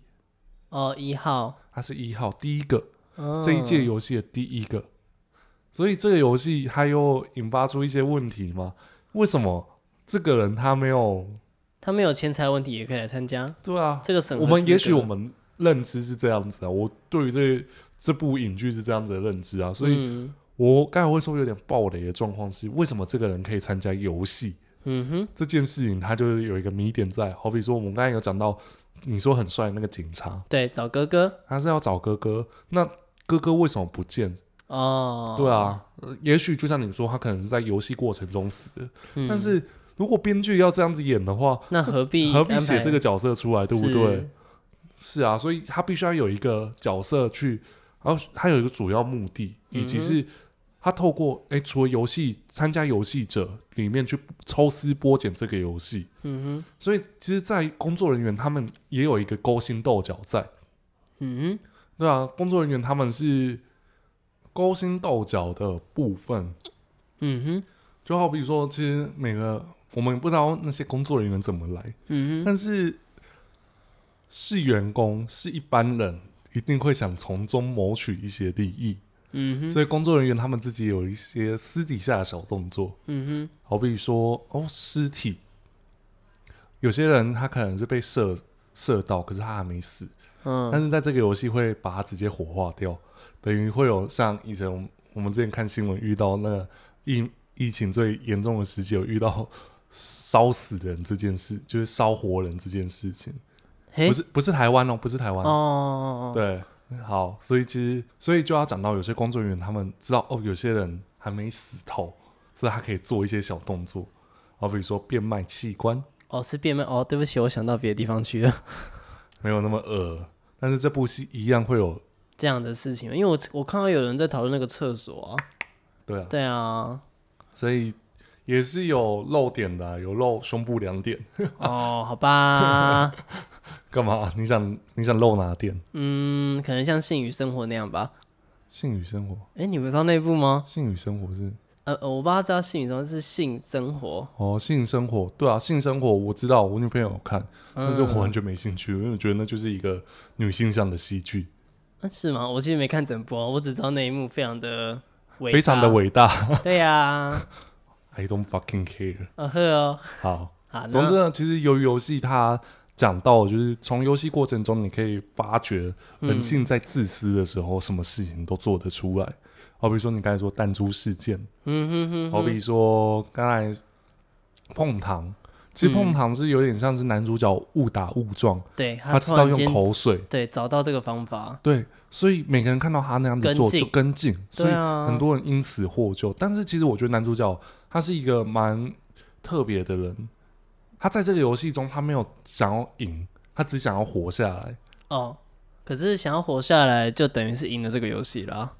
S2: 哦，一号，
S1: 他是一号第一个
S2: 嗯
S1: 这一届游戏的第一个，所以这个游戏它又引发出一些问题嘛？为什么这个人他没有？
S2: 他们有钱财问题也可以来参加
S1: 对啊，
S2: 这个审核
S1: 我们
S2: 资格
S1: 也许我们认知是这样子啊，我对于这这部影剧是这样子的认知啊，所以
S2: 嗯
S1: 我刚才会说有点暴雷的状况是，为什么这个人可以参加游戏
S2: 嗯哼，
S1: 这件事情，它就是有一个谜点在。好比说，我们刚才有讲到，你说很帅的那个警察，
S2: 对，找哥哥
S1: 他是要找哥哥，那哥哥为什么不见？
S2: 哦，
S1: 对，啊，呃也许就像你说，他可能是在游戏过程中死的，
S2: 嗯
S1: 但是如果编剧要这样子演的话，
S2: 那何必
S1: 何必
S2: 安
S1: 写
S2: 排
S1: 这个角色出来，对不对
S2: 是？？
S1: 是啊，所以他必须要有一个角色去，然后他有一个主要目的，以及是
S2: 嗯
S1: 他透过诶，除了游戏参加游戏者里面去抽丝剥茧这个游戏，
S2: 嗯哼，
S1: 所以其实，在工作人员他们也有一个勾心斗角在，
S2: 嗯哼，
S1: 对啊，工作人员他们是勾心斗角的部分，
S2: 嗯哼，
S1: 就好比说，其实每个我们不知道那些工作人员怎么来，
S2: 嗯哼，
S1: 但是是员工是一般人，一定会想从中谋取一些利益，
S2: 嗯哼，
S1: 所以工作人员他们自己有一些私底下的小动作，
S2: 嗯
S1: 好比说哦，尸体，有些人他可能是被射射到，可是他还没死，
S2: 哼，嗯，
S1: 但是在这个游戏会把它直接火化掉，等于会有像以前我们我们之前看新闻遇到那个疫疫情最严重的时期，有遇到烧死人这件事，就是烧活人这件事情，
S2: 嘿
S1: 不，是不是台湾哦，不是台湾，
S2: 哦，
S1: 对，好，所以其实所以就要讲到有些工作人员他们知道哦，有些人还没死透，所以他可以做一些小动作，好比说变卖器官，
S2: 哦，是变卖哦，对不起，我想到别的地方去了。
S1: 没有那么恶，但是这部戏一样会有，
S2: 这样的事情，因为我我看到有人在讨论那个厕所啊，
S1: 对啊，
S2: 对啊，
S1: 所以也是有露点的啊、有露胸部两点。
S2: 哦，好吧，
S1: 干嘛？你想你想露哪点？
S2: 嗯，可能像性与生活那样吧。
S1: 性与生活，
S2: 哎，你不知道那一部吗？
S1: 性与生活是
S2: 呃，呃我不知道知道性与生活是性生活，
S1: 哦，性生活对啊，性生活我知道，我女朋友有看，但是我
S2: 嗯
S1: 完全没兴趣，因为我觉得那就是一个女性向的戏剧，
S2: 嗯是吗？我其实没看整部啊，我只知道那一幕非常的伟大，
S1: 非常的，伟大。
S2: 对呀、啊，
S1: I don't fucking care。
S2: 呃呵哦，
S1: 好，
S2: 好，
S1: 总之
S2: 那
S1: 呢，其实由于游戏它讲到，就是从游戏过程中，你可以发觉人
S2: 嗯
S1: 性在自私的时候，什么事情都做得出来。好比说你刚才说弹珠事件，
S2: 嗯哼哼，
S1: 好比说刚才碰糖，其
S2: 嗯
S1: 实碰糖是有点像是男主角误打误撞，
S2: 对
S1: 他知
S2: 突
S1: 道
S2: 然间
S1: 用口水，
S2: 对找到这个方法，
S1: 对，所以每个人看到他那样子
S2: 跟
S1: 做
S2: 进
S1: 就跟进，所以
S2: 对啊
S1: 很多人因此获救。但是其实我觉得男主角他是一个蛮特别的人，他在这个游戏中他没有想要赢，他只想要活下来。
S2: 哦，可是想要活下来，就等于是赢了这个游戏啦。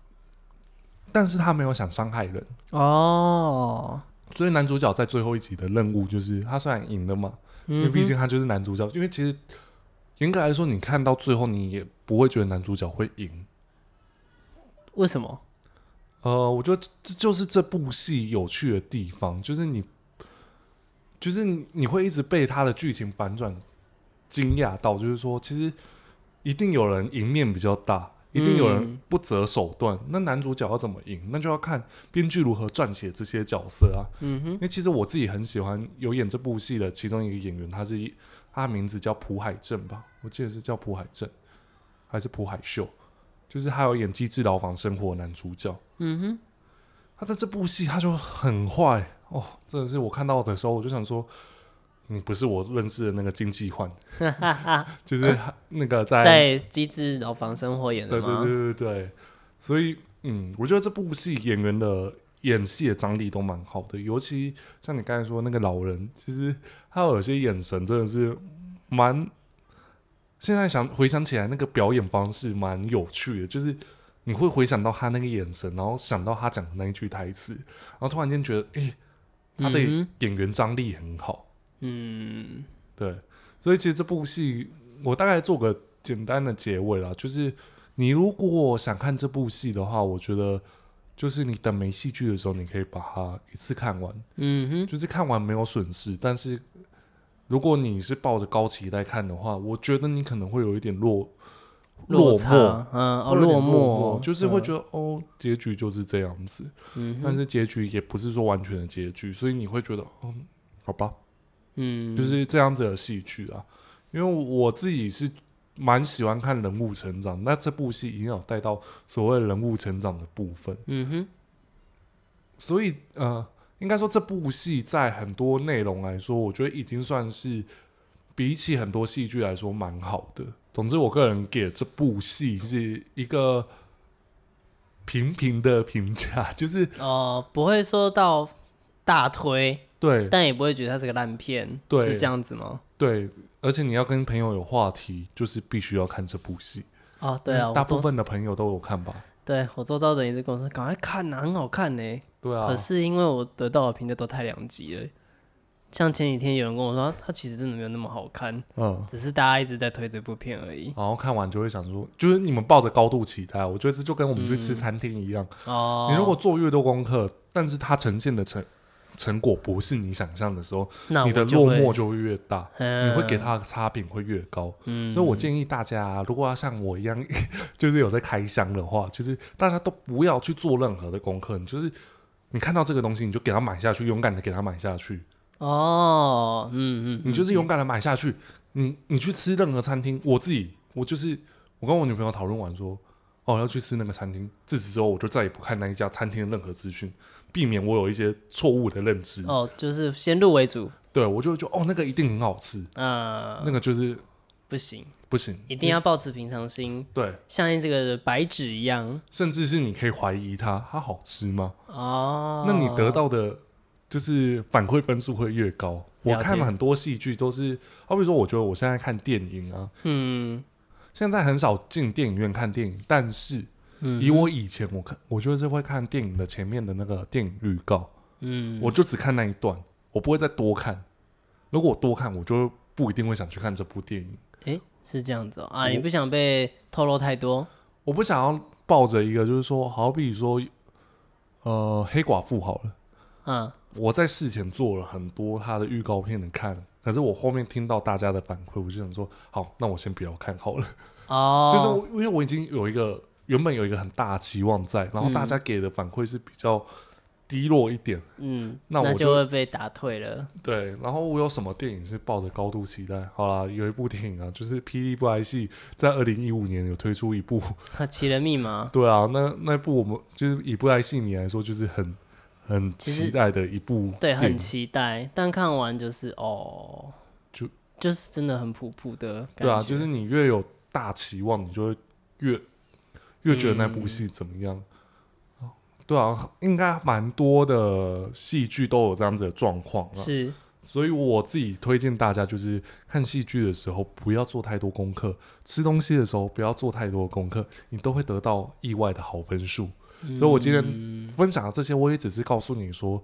S1: 但是他没有想伤害人，
S2: 哦，
S1: 所以男主角在最后一集的任务就是，他虽然赢了嘛，因为
S2: 嗯
S1: 毕
S2: 哼
S1: 竟他就是男主角。因为其实严格来说，你看到最后，你也不会觉得男主角会赢。
S2: 为什么？
S1: 呃，我觉得这就是这部戏有趣的地方，就是你，就是你你会一直被他的剧情反转惊讶到，就是说，其实一定有人赢面比较大，一定有人
S2: 嗯
S1: 不择手段。那男主角要怎么赢，那就要看编剧如何撰写这些角色啊。
S2: 嗯哼
S1: 因，为其实我自己很喜欢有演这部戏的其中一个演员，他是一他的名字叫朴海镇吧，我记得是叫朴海镇还是朴海秀，就是他有演《机智牢房生活》男主角。
S2: 嗯哼，
S1: 他在这部戏他就很坏哦，真的是我看到的时候我就想说，你不是我认识的那个经济 患，就是他那个在
S2: 在机智牢房生活演
S1: 对
S2: 的
S1: 对
S2: 吗？
S1: 对对对，所以嗯，我觉得这部戏演员的演戏的张力都蛮好的，尤其像你刚才说那个老人，其实他有些眼神真的是蛮，现在想回想起来那个表演方式蛮有趣的，就是你会回想到他那个眼神，然后想到他讲的那一句台词，然后突然间觉得，诶，他的
S2: 嗯哼
S1: 演员张力很好，
S2: 嗯
S1: 对，所以其实这部戏我大概做个简单的结尾啦，就是你如果想看这部戏的话，我觉得就是你等没戏剧的时候，你可以把它一次看完，
S2: 嗯哼，
S1: 就是看完没有损失。但是如果你是抱着高期待看的话，我觉得你可能会有一点落
S2: 落
S1: 寞，
S2: 差，嗯，哦，
S1: 会有点
S2: 落
S1: 落
S2: 寞，
S1: 就是会觉得、哦，结局就是这样子。
S2: 嗯
S1: 但
S2: 哼，
S1: 是结局也不是说完全的结局，所以你会觉得，嗯，好吧，
S2: 嗯，
S1: 就是这样子的戏剧啊。因为我自己是蛮喜欢看人物成长，那这部戏一定要有带到所谓人物成长的部分，
S2: 嗯哼，
S1: 所以呃，应该说这部戏在很多内容来说，我觉得已经算是比起很多戏剧来说蛮好的。总之，我个人给这部戏是一个平平的评价，就是
S2: 哦，不会说到大推，
S1: 对，
S2: 但也不会觉得它是个烂片，
S1: 对
S2: 是这样子吗？
S1: 对，而且你要跟朋友有话题，就是必须要看这部戏。
S2: 哦，对啊，
S1: 嗯
S2: 我
S1: 大部
S2: 周
S1: 分的朋友都有看吧？
S2: 对我周遭的人一直跟我说，赶快看呐、啊很好看欸呢、
S1: 对啊
S2: 可，是因为我得到的评价都太两极了，像前几天有人跟我说，它其实真的没有那么好看，
S1: 嗯，
S2: 只是大家一直在推这部片而已。
S1: 然后看完就会想说，就是你们抱着高度期待，我觉得这就跟我们去吃餐厅一样，
S2: 哦，
S1: 你如果做越多功课，但是它呈现的成成果不是你想象的时候，
S2: 那
S1: 你
S2: 我
S1: 的
S2: 就
S1: 落
S2: 会
S1: 寞就会越大。
S2: 嗯
S1: 你会给他的差评会越高，
S2: 嗯
S1: 所以我建议大家、如果要像我一样， 就是有在开箱的话，就是大家都不要去做任何的功课，你就是你看到这个东西，你就给它买下去，勇敢的给它买下去，
S2: 哦，嗯嗯，
S1: 你就是勇敢的买下去。你你去吃任何餐厅，我自己我就是我跟我女朋友讨论完说，哦要去吃那个餐厅，自此之后我就再也不看那一家餐厅的任何资讯，避免我有一些错误的认知。
S2: 哦，就是先入为主，
S1: 对我就会觉得哦那个一定很好吃，
S2: 呃，
S1: 那个就是
S2: 不行，
S1: 不行，
S2: 一定要保持平常心，
S1: 对，
S2: 像这个白纸一样。
S1: 甚至是你可以怀疑它，它好吃吗？
S2: 哦，
S1: 那你得到的就是反馈分数会越高。
S2: 了解
S1: 我看了很多戏剧都是，好比说，我觉得我现在看电影啊，
S2: 嗯
S1: 现在很少进电影院看电影，但是
S2: 嗯
S1: 以我以前我看，我就是会看电影的前面的那个电影预告，
S2: 嗯，
S1: 我就只看那一段，我不会再多看。如果我多看，我就不一定会想去看这部电影。
S2: 诶，是这样子哦啊，
S1: 我
S2: 你不想被透露太多，
S1: 我不想要抱着一个就是说，好比说，呃，黑寡妇好了。
S2: 嗯
S1: 我在事前做了很多他的预告片的看，可是我后面听到大家的反馈，我就想说，好，那我先不要看好了。
S2: 哦，
S1: 就是我因为我已经有一个原本有一个很大的期望在，然后大家给的反馈是比较低落一点，
S2: 嗯，
S1: 那我就
S2: 就会被打退了。
S1: 对。然后我有什么电影是抱着高度期待？好啦，有一部电影啊，就是《霹雳布莱戏》在二零一五年有推出一部，
S2: 他起了密码，
S1: 对啊，那那部我们就是以布莱戏迷来说，就是很很
S2: 其实
S1: 期待的一部
S2: 对，
S1: 电
S2: 很
S1: 影
S2: 期待，但看完就是哦，
S1: 就
S2: 就是真的很普普的感觉。
S1: 对啊，就是你越有大期望，你就会越越觉得那
S2: 嗯
S1: 部戏怎么样。哦对啊，应该蛮多的戏剧都有这样子的状况啊。
S2: 是
S1: 所以我自己推荐大家，就是看戏剧的时候不要做太多功课，吃东西的时候不要做太多功课，你都会得到意外的好分数。
S2: 嗯
S1: 所以我今天分享的这些，我也只是告诉你说，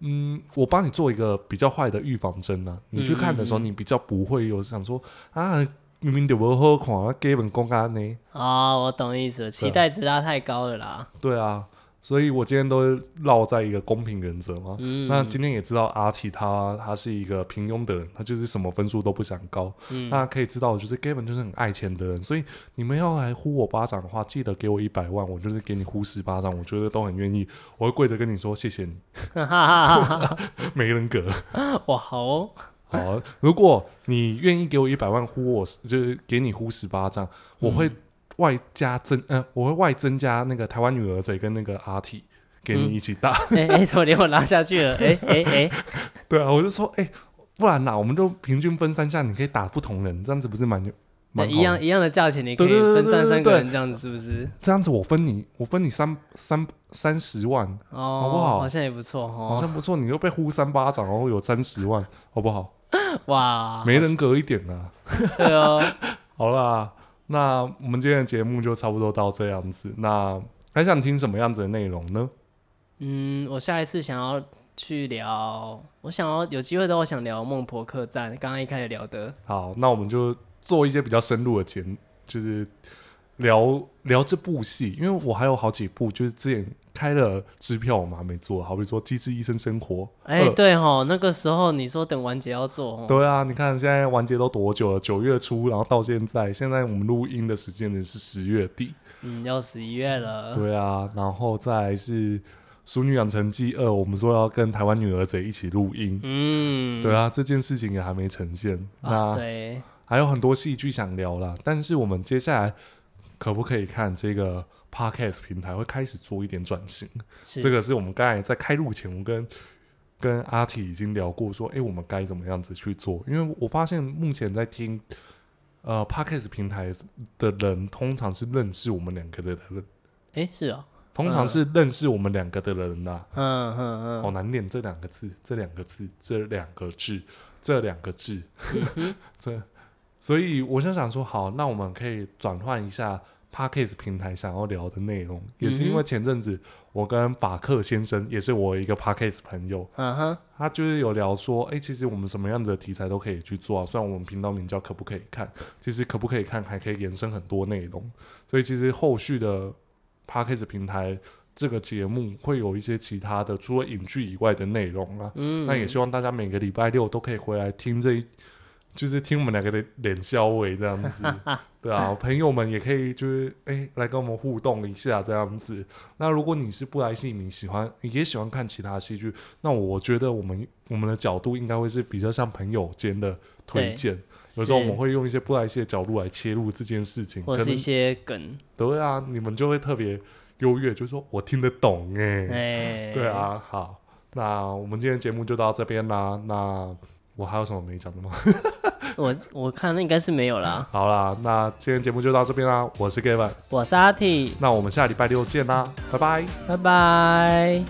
S1: 嗯，我帮你做一个比较坏的预防针啊。你去看的时
S2: 嗯
S1: 候，你比较不会有想说啊，明明就无好看，啊，给本公干呢？
S2: 啊、我懂意思了，期待值拉太高了啦。
S1: 对啊，所以我今天都绕在一个公平原则嘛。
S2: 嗯，
S1: 那今天也知道阿体他他是一个平庸的人，他就是什么分数都不想高。
S2: 嗯
S1: 那可以知道，就是 Gavin 就是很爱钱的人，所以你们要来呼我巴掌的话，记得给我一百万，我就是给你呼十巴掌，我觉得都很愿意，我会跪着跟你说谢谢你，
S2: 哈哈哈哈
S1: 没人格。
S2: 哈，哇，好哦，
S1: 好，如果你愿意给我一百万呼我，就是给你呼十巴掌，
S2: 嗯
S1: 我会外加增，呃，我会外增加那个台湾女儿贼跟那个阿体给你一起打。
S2: 哎、哎，怎么连我拉下去了？哎哎哎，
S1: 对啊，我就说，哎、不然啦，我们就平均分三下，你可以打不同人，这样子不是蛮
S2: 那
S1: 蛮好
S2: 一
S1: 的
S2: 样一样的价钱，你可以
S1: 对对对
S2: 分
S1: 对
S2: 散
S1: 对
S2: 三个
S1: 对
S2: 人这样子，是不是？
S1: 这样子我分你，我分你三三三十万，
S2: 哦，
S1: 好不好
S2: 像也不错
S1: 好
S2: 哦。
S1: 像不错，你又被呼三巴掌，然后有三十万，好不好？
S2: 哇，
S1: 没人格一点啊。
S2: 对哦，
S1: 好啦，那我们今天的节目就差不多到这样子。那还想听什么样子的内容呢？
S2: 嗯，我下一次想要去聊，我想要有机会的话，我想聊孟婆客栈，刚刚一开始聊的，
S1: 好，那我们就做一些比较深入的节目，就是聊聊这部戏，因为我还有好几部，就是之前开了支票我们还没做，好比说《机智医生生活》
S2: 哎、
S1: 二
S2: 对吼，那个时候你说等完结要做吼，
S1: 嗯对啊，你看现在完结都多久了？九月初，然后到现在，现在我们录音的时间呢是十月底。
S2: 嗯，要十一月了，
S1: 对啊，然后再来是《熟女养成记二》，我们说要跟台湾女儿贼一起录音。
S2: 嗯，
S1: 对啊，这件事情也还没呈现。
S2: 啊，
S1: 那
S2: 对，
S1: 还有很多戏剧想聊啦，但是我们接下来可不可以看这个 podcast 平台会开始做一点转型？
S2: 是
S1: 这个是我们刚才在开录前，我跟跟阿体已经聊过说，诶，我们该怎么样子去做？因为我发现目前在听呃 podcast 平台的人，通常是认识我们两个的人，
S2: 哎、是哦，
S1: 通常是认识我们两个的人呐、
S2: 嗯嗯
S1: 好难念这两个字，这两个字，这两个字，这两个字， 这。所以我就想说，好，那我们可以转换一下 p a c k a s e 平台想要聊的内容，也是因
S2: 嗯
S1: 为前阵子我跟法克先生，也是我一个 p a c k a s e 朋友，
S2: 嗯，嗯哼，
S1: 他就是有聊说，哎、其实我们什么样的题材都可以去做啊。虽然我们频道名叫可不可以看，其实可不可以看还可以延伸很多内容。所以其实后续的 p a c k a g e 平台这个节目会有一些其他的，除了影剧以外的内容啊。
S2: 嗯，
S1: 那也希望大家每个礼拜六都可以回来听这一，就是听我们两个的脸消委这样子，对啊，朋友们也可以就是哎、来跟我们互动一下这样子。那如果你是布莱戏迷，喜欢也喜欢看其他戏剧，那我觉得我们我们的角度应该会是比较像朋友间的推荐。有时候我们
S2: 是
S1: 会用一些布莱戏的角度来切入这件事情，
S2: 或
S1: 可
S2: 者是
S1: 能
S2: 一些梗，
S1: 对啊，你们就会特别优越，就说我听得懂哎、
S2: 哎、
S1: 对，啊，好，那我们今天节目就到这边啦。那我还有什么没讲的吗？
S2: 我我看那应该是没有啦。
S1: 好啦，那今天节目就到这边啦。我是 Gavin，
S2: 我是阿 T，
S1: 那我们下礼拜六见啦，拜拜。
S2: 拜拜。